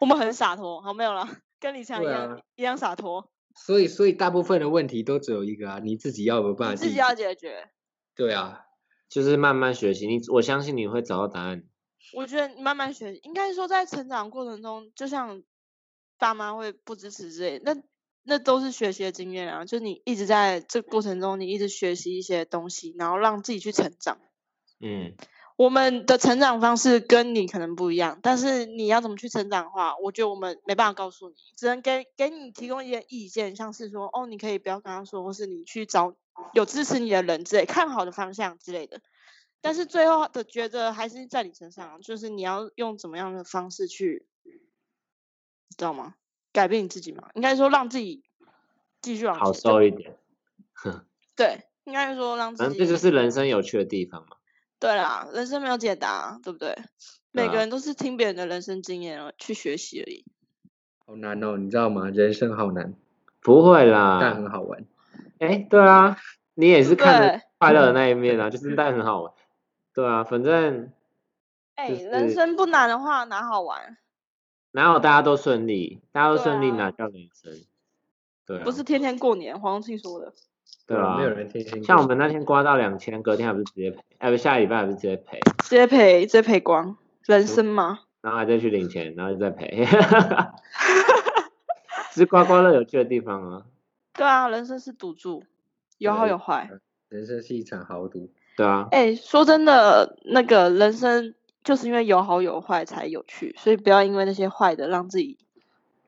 Speaker 3: 我们很洒脱。好，没有了，跟李强一
Speaker 4: 对
Speaker 3: 样、
Speaker 4: 啊
Speaker 3: 一样洒脱，
Speaker 4: 所以，所以大部分的问题都只有一个啊，你自己要有办法
Speaker 3: 你自己
Speaker 4: 解
Speaker 3: 要解决。
Speaker 4: 对啊，
Speaker 2: 就是慢慢学习，你我相信你会找到答案。
Speaker 3: 我觉得你慢慢学，应该说在成长过程中，就像爸妈会不支持之类，那那都是学习的经验啊。就你一直在这过程中，你一直学习一些东西，然后让自己去成长。
Speaker 2: 嗯，
Speaker 3: 我们的成长方式跟你可能不一样，但是你要怎么去成长的话，我觉得我们没办法告诉你，只能给给你提供一些意见，像是说，哦，你可以不要跟他说，或是你去找有支持你的人之类，看好的方向之类的。但是最后的抉择还是在你身上，啊就是你要用怎么样的方式去，你知道吗？改变你自己嘛，应该说让自己继续往
Speaker 2: 好
Speaker 3: 前走
Speaker 2: 受一点。
Speaker 3: 对，应该说让自
Speaker 2: 反
Speaker 3: 己。
Speaker 2: 正这就是人生有趣的地方嘛。
Speaker 3: 对啦，人生没有解答，对不对？
Speaker 2: 对
Speaker 3: 每个
Speaker 2: 啊
Speaker 3: 人都是听别人的人生经验而去学习而已。
Speaker 4: 好难哦，你知道吗？人生好难，
Speaker 2: 不会
Speaker 4: 但
Speaker 2: 啦，
Speaker 4: 很好玩。
Speaker 2: 哎、对啊，你也
Speaker 3: 对
Speaker 2: 是
Speaker 3: 不
Speaker 2: 看
Speaker 3: 对
Speaker 2: 着快 乐的那一面啊，就是但很好玩。对啊，反正
Speaker 3: 哎、
Speaker 2: 就
Speaker 3: 人
Speaker 2: 是
Speaker 3: 生不难的话，哪好玩？
Speaker 2: 哪有大家都顺利，大家都
Speaker 3: 对
Speaker 2: 顺利
Speaker 3: 啊
Speaker 2: 哪叫人生？对啊，
Speaker 3: 不是天天过年，黄宗庆说的。
Speaker 2: 对啊
Speaker 4: 没有人听清。
Speaker 2: 像我们那天刮到两千，隔天还不是直接赔，哎，不，下礼拜还不是直接赔，
Speaker 3: 直接赔，直接赔光，人生嘛。
Speaker 2: 然后还再去领钱，然后就再 赔。 是刮刮乐有趣的地方啊，
Speaker 3: 对啊，人生是赌注，有好
Speaker 4: 对
Speaker 3: 有坏。
Speaker 4: 人生是一场豪赌，
Speaker 2: 对啊，
Speaker 3: 哎、说真的，那个人生就是因为有好有坏才有趣，所以不要因为那些坏的让自己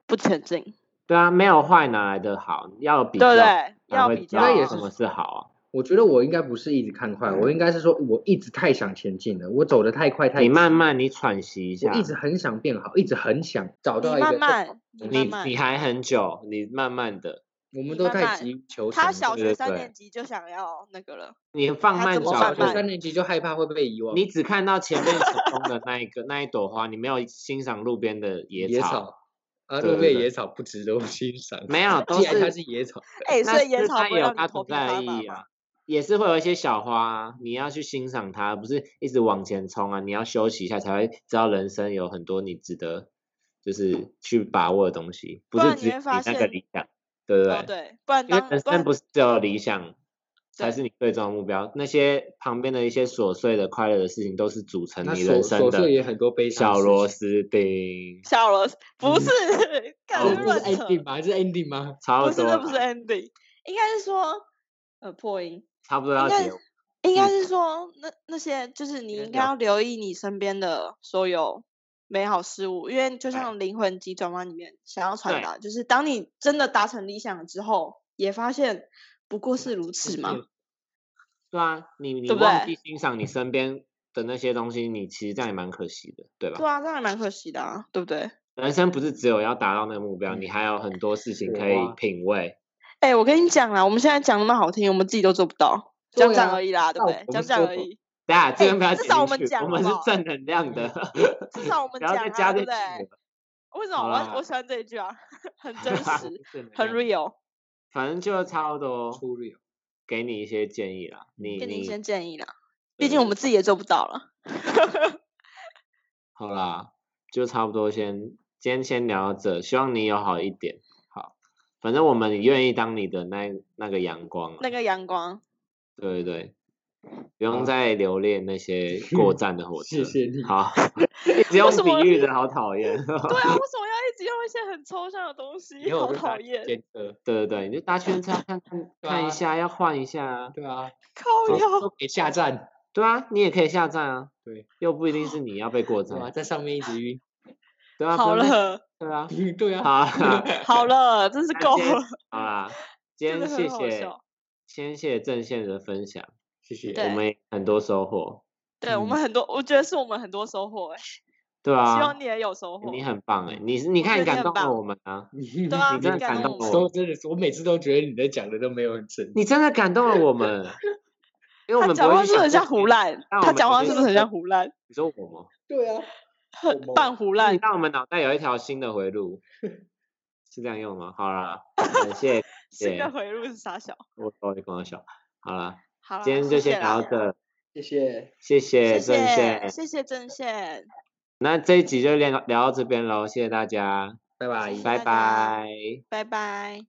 Speaker 3: 不前进，
Speaker 2: 对啊，没有坏哪来的好？要比较，
Speaker 3: 对不对？
Speaker 2: 哪
Speaker 3: 要
Speaker 2: 会
Speaker 3: 比
Speaker 2: 知
Speaker 3: 较
Speaker 2: 道
Speaker 4: 那也
Speaker 2: 什
Speaker 4: 是
Speaker 2: 么是好啊
Speaker 4: 我觉得我应该不是一直看快，我应该是说我一直太想前进了，我走得太快
Speaker 2: 啊。
Speaker 4: 太
Speaker 2: 你
Speaker 4: 急
Speaker 2: 慢慢，你喘息一下
Speaker 4: 我，一直很想变好，一直很想找
Speaker 3: 你
Speaker 4: 到一个
Speaker 3: 慢
Speaker 4: 更好。
Speaker 3: 慢，你慢
Speaker 2: 你
Speaker 3: 慢。
Speaker 2: 你还很久，你慢慢的，
Speaker 4: 我们
Speaker 3: 你
Speaker 4: 都
Speaker 3: 慢
Speaker 4: 太
Speaker 3: 慢
Speaker 4: 急于求成
Speaker 3: 他
Speaker 4: 了。
Speaker 3: 小
Speaker 2: 对
Speaker 3: 学
Speaker 2: 对
Speaker 3: 三
Speaker 2: 对
Speaker 3: 年级就想要那个了，
Speaker 2: 你放
Speaker 3: 他
Speaker 2: 慢
Speaker 3: 怎么
Speaker 4: 我
Speaker 2: 脚
Speaker 4: 小
Speaker 3: 慢
Speaker 4: 学
Speaker 3: 慢
Speaker 4: 三
Speaker 2: 步，
Speaker 4: 年级就害怕会被遗忘。
Speaker 2: 你只看到前面成功的那一个那一朵花，你没有欣赏路边的野
Speaker 4: 野
Speaker 2: 草，
Speaker 4: 草啊，
Speaker 2: 对
Speaker 4: 路
Speaker 2: 对
Speaker 4: 边
Speaker 2: 对
Speaker 4: 野草不值得我欣赏。
Speaker 2: 没有都
Speaker 4: 既然它
Speaker 2: 是
Speaker 4: 是野草，
Speaker 3: 哎、
Speaker 2: 那
Speaker 3: 所以野
Speaker 2: 是
Speaker 3: 草
Speaker 2: 它
Speaker 3: 不会
Speaker 2: 也有
Speaker 3: 让
Speaker 2: 它
Speaker 3: 你头
Speaker 2: 存
Speaker 3: 皮
Speaker 2: 在
Speaker 3: 发
Speaker 2: 的
Speaker 3: 麻
Speaker 2: 意义
Speaker 3: 吗
Speaker 2: 啊？，也是会有一些小花啊，你要去欣赏它，不是一直往前冲啊，你要休息一下才会知道人生有很多你值得就是去把握的东西，不
Speaker 3: 不
Speaker 2: 是
Speaker 3: 然你
Speaker 2: 只有
Speaker 3: 会
Speaker 2: 你
Speaker 3: 发
Speaker 2: 那个
Speaker 3: 现
Speaker 2: 理想，对不对？
Speaker 3: 哦，对，不然
Speaker 2: 因为人
Speaker 3: 当不
Speaker 2: 生
Speaker 3: 然
Speaker 2: 不是只有理想才
Speaker 3: 对
Speaker 2: 是你最终的目标，那些旁边的一些琐碎的快乐的事情都是组成
Speaker 4: 那
Speaker 2: 你
Speaker 4: 琐
Speaker 2: 人生
Speaker 4: 琐
Speaker 2: 的
Speaker 4: 碎也很多悲伤的
Speaker 2: 小
Speaker 4: 事
Speaker 2: 螺
Speaker 4: 情。
Speaker 2: 丝钉，
Speaker 3: 小罗不
Speaker 4: 嗯
Speaker 3: 是，看
Speaker 2: 哦
Speaker 3: 是
Speaker 4: 这
Speaker 3: 乱
Speaker 4: 是
Speaker 3: 扯，
Speaker 4: ending 吗？这是 ending 吗？
Speaker 2: 差
Speaker 3: 不
Speaker 2: 不
Speaker 3: 是
Speaker 2: 多
Speaker 3: 这不是
Speaker 2: 啦
Speaker 3: ending，应该是说呃破音，
Speaker 2: 差不多
Speaker 3: 应
Speaker 2: 要
Speaker 3: 该
Speaker 2: 结尾
Speaker 3: 应该
Speaker 2: 嗯啊
Speaker 3: 是说那那些就是你
Speaker 2: 应该
Speaker 3: 应
Speaker 2: 是
Speaker 3: 该
Speaker 2: 要
Speaker 3: 要留意你身边的所有美好事物，因为
Speaker 2: 对
Speaker 3: 就像《灵魂急转弯》里面想要传
Speaker 2: 对
Speaker 3: 达，就是当你真的达成理想了之后，也发现
Speaker 2: 嗯
Speaker 3: 不过是如此嘛。
Speaker 2: 啊对啊，你你
Speaker 3: 对不
Speaker 2: 忘
Speaker 3: 对
Speaker 2: 记欣赏你身边的那些东西，你其实这样也蛮可惜的，对吧？
Speaker 3: 对啊，这样也蛮可惜的啊，对不对？
Speaker 2: 人生不是只有要达到那个目标，
Speaker 3: 嗯
Speaker 2: 你还有很多事情
Speaker 4: 火
Speaker 2: 可以
Speaker 4: 花
Speaker 2: 品味。
Speaker 3: 哎，我跟你讲啦，我们现在讲那么好听，我们自己都做不到，讲
Speaker 4: 对
Speaker 3: 讲
Speaker 4: 啊
Speaker 3: 而已啦，对
Speaker 4: 那
Speaker 3: 不
Speaker 4: 我
Speaker 3: 对？
Speaker 4: 我
Speaker 3: 讲
Speaker 4: 们
Speaker 3: 讲
Speaker 4: 说
Speaker 3: 而
Speaker 4: 过
Speaker 3: 已，
Speaker 2: 大家这边不
Speaker 3: 哎
Speaker 2: 要
Speaker 3: 至
Speaker 2: 剪
Speaker 3: 少我
Speaker 2: 进
Speaker 3: 们
Speaker 2: 去，
Speaker 3: 讲
Speaker 2: 我
Speaker 3: 好
Speaker 2: 们
Speaker 3: 不
Speaker 2: 是
Speaker 3: 好
Speaker 2: 正能量的，
Speaker 3: 至少我们
Speaker 2: 不要
Speaker 3: 讲
Speaker 2: 再
Speaker 3: 啊，
Speaker 2: 加
Speaker 3: 对
Speaker 2: 这
Speaker 3: 不
Speaker 2: 句
Speaker 3: 对？
Speaker 2: 了。
Speaker 3: 为什么
Speaker 2: 好
Speaker 3: 我我
Speaker 2: 啦
Speaker 3: 喜欢这一句啊？ 很 真实，
Speaker 4: 正能
Speaker 3: 很
Speaker 4: 量
Speaker 3: real，
Speaker 2: 反正就差不多
Speaker 4: 出 real。
Speaker 2: 给你一些建议啦。你
Speaker 3: 给你一
Speaker 2: 你
Speaker 3: 些建议啦。
Speaker 2: 对
Speaker 3: 毕竟我们自己也做不到 了。
Speaker 2: 好啦，就差不多先今天先聊到这，希望你有好一点。好，反正我们愿意当你的那那个阳光啊。
Speaker 3: 那个 阳光，
Speaker 2: 对对对，不
Speaker 4: 好
Speaker 2: 用再留恋那些 过站的火车。
Speaker 4: 谢谢你
Speaker 2: 好，只用
Speaker 3: 什么
Speaker 2: 比喻的好讨厌。
Speaker 3: 对啊，为什么要一直用一些很抽象的东西？
Speaker 4: 以后我
Speaker 3: 好
Speaker 4: 就搭
Speaker 3: 讨厌，
Speaker 4: 电车。
Speaker 2: 对对对，你就搭圈车看看
Speaker 4: 对
Speaker 2: 看
Speaker 4: 啊
Speaker 2: 一下，要换一下啊。
Speaker 4: 对啊，
Speaker 3: 靠
Speaker 4: 好
Speaker 3: 腰
Speaker 4: 都。可以下站。
Speaker 2: 对啊，你也可以下站啊。
Speaker 4: 对，
Speaker 2: 又不一定是你要被过
Speaker 4: 对啊，
Speaker 2: 站。
Speaker 4: 在上面一直晕。
Speaker 2: 对啊，不
Speaker 3: 好
Speaker 2: 用再。
Speaker 3: 了，
Speaker 2: 对啊，
Speaker 4: 对啊。
Speaker 2: 好啦，
Speaker 3: 好了，真是
Speaker 2: 那
Speaker 3: 够
Speaker 2: 今天
Speaker 3: 了。
Speaker 2: 好啦，今
Speaker 3: 真
Speaker 2: 天
Speaker 3: 的
Speaker 2: 谢
Speaker 3: 很好
Speaker 2: 谢
Speaker 3: 笑，
Speaker 2: 先谢谢郑宪的分享，
Speaker 4: 谢谢。
Speaker 2: 我
Speaker 3: 对
Speaker 2: 们也很多收获。
Speaker 3: 对我们很多，我觉得是我们很多收获哎，
Speaker 2: 对嗯啊，
Speaker 3: 希望你也有收获。
Speaker 2: 你很棒哎，你是你
Speaker 3: 我觉
Speaker 2: 看
Speaker 3: 得你
Speaker 2: 感
Speaker 3: 很
Speaker 2: 动了
Speaker 3: 棒
Speaker 2: 我们啊，
Speaker 3: 对
Speaker 4: 对
Speaker 3: 啊，
Speaker 2: 你真的
Speaker 3: 你感
Speaker 2: 感动
Speaker 3: 动我
Speaker 2: 了
Speaker 3: 们，
Speaker 4: 说真的，我每次都觉得你在讲的都没有很真。
Speaker 2: 你真的感动了我们，因为我
Speaker 3: 他
Speaker 2: 们不
Speaker 3: 讲
Speaker 2: 会
Speaker 3: 话
Speaker 2: 去
Speaker 3: 是不是
Speaker 2: 想这
Speaker 3: 很像
Speaker 2: 些
Speaker 3: 胡乱？
Speaker 2: 那我
Speaker 3: 他
Speaker 2: 们
Speaker 3: 讲
Speaker 2: 有
Speaker 3: 话
Speaker 2: 些
Speaker 3: 是不是很像
Speaker 2: 人
Speaker 3: 胡乱？
Speaker 2: 你说我吗？
Speaker 4: 对啊，
Speaker 3: 很
Speaker 4: 吗
Speaker 3: 半胡
Speaker 2: 那
Speaker 3: 乱
Speaker 2: 你。让我们脑袋有一条新的回路， 是这样用吗？好啦，感谢
Speaker 3: 新
Speaker 2: 谢
Speaker 3: 的回路是傻小。
Speaker 2: 我我跟我小，好啦，
Speaker 3: 好啦，
Speaker 2: 今天就
Speaker 3: 谢谢
Speaker 2: 先聊
Speaker 3: 啦
Speaker 2: 到这，
Speaker 4: 谢谢。
Speaker 2: 谢谢
Speaker 3: 谢
Speaker 2: 郑
Speaker 3: 谢
Speaker 2: 宪，
Speaker 3: 谢谢郑宪，
Speaker 2: 那这一集就聊聊到这边喽，谢谢大家，
Speaker 4: 拜拜
Speaker 3: 谢。谢
Speaker 2: 拜
Speaker 3: 大家
Speaker 2: 拜。
Speaker 3: 拜拜。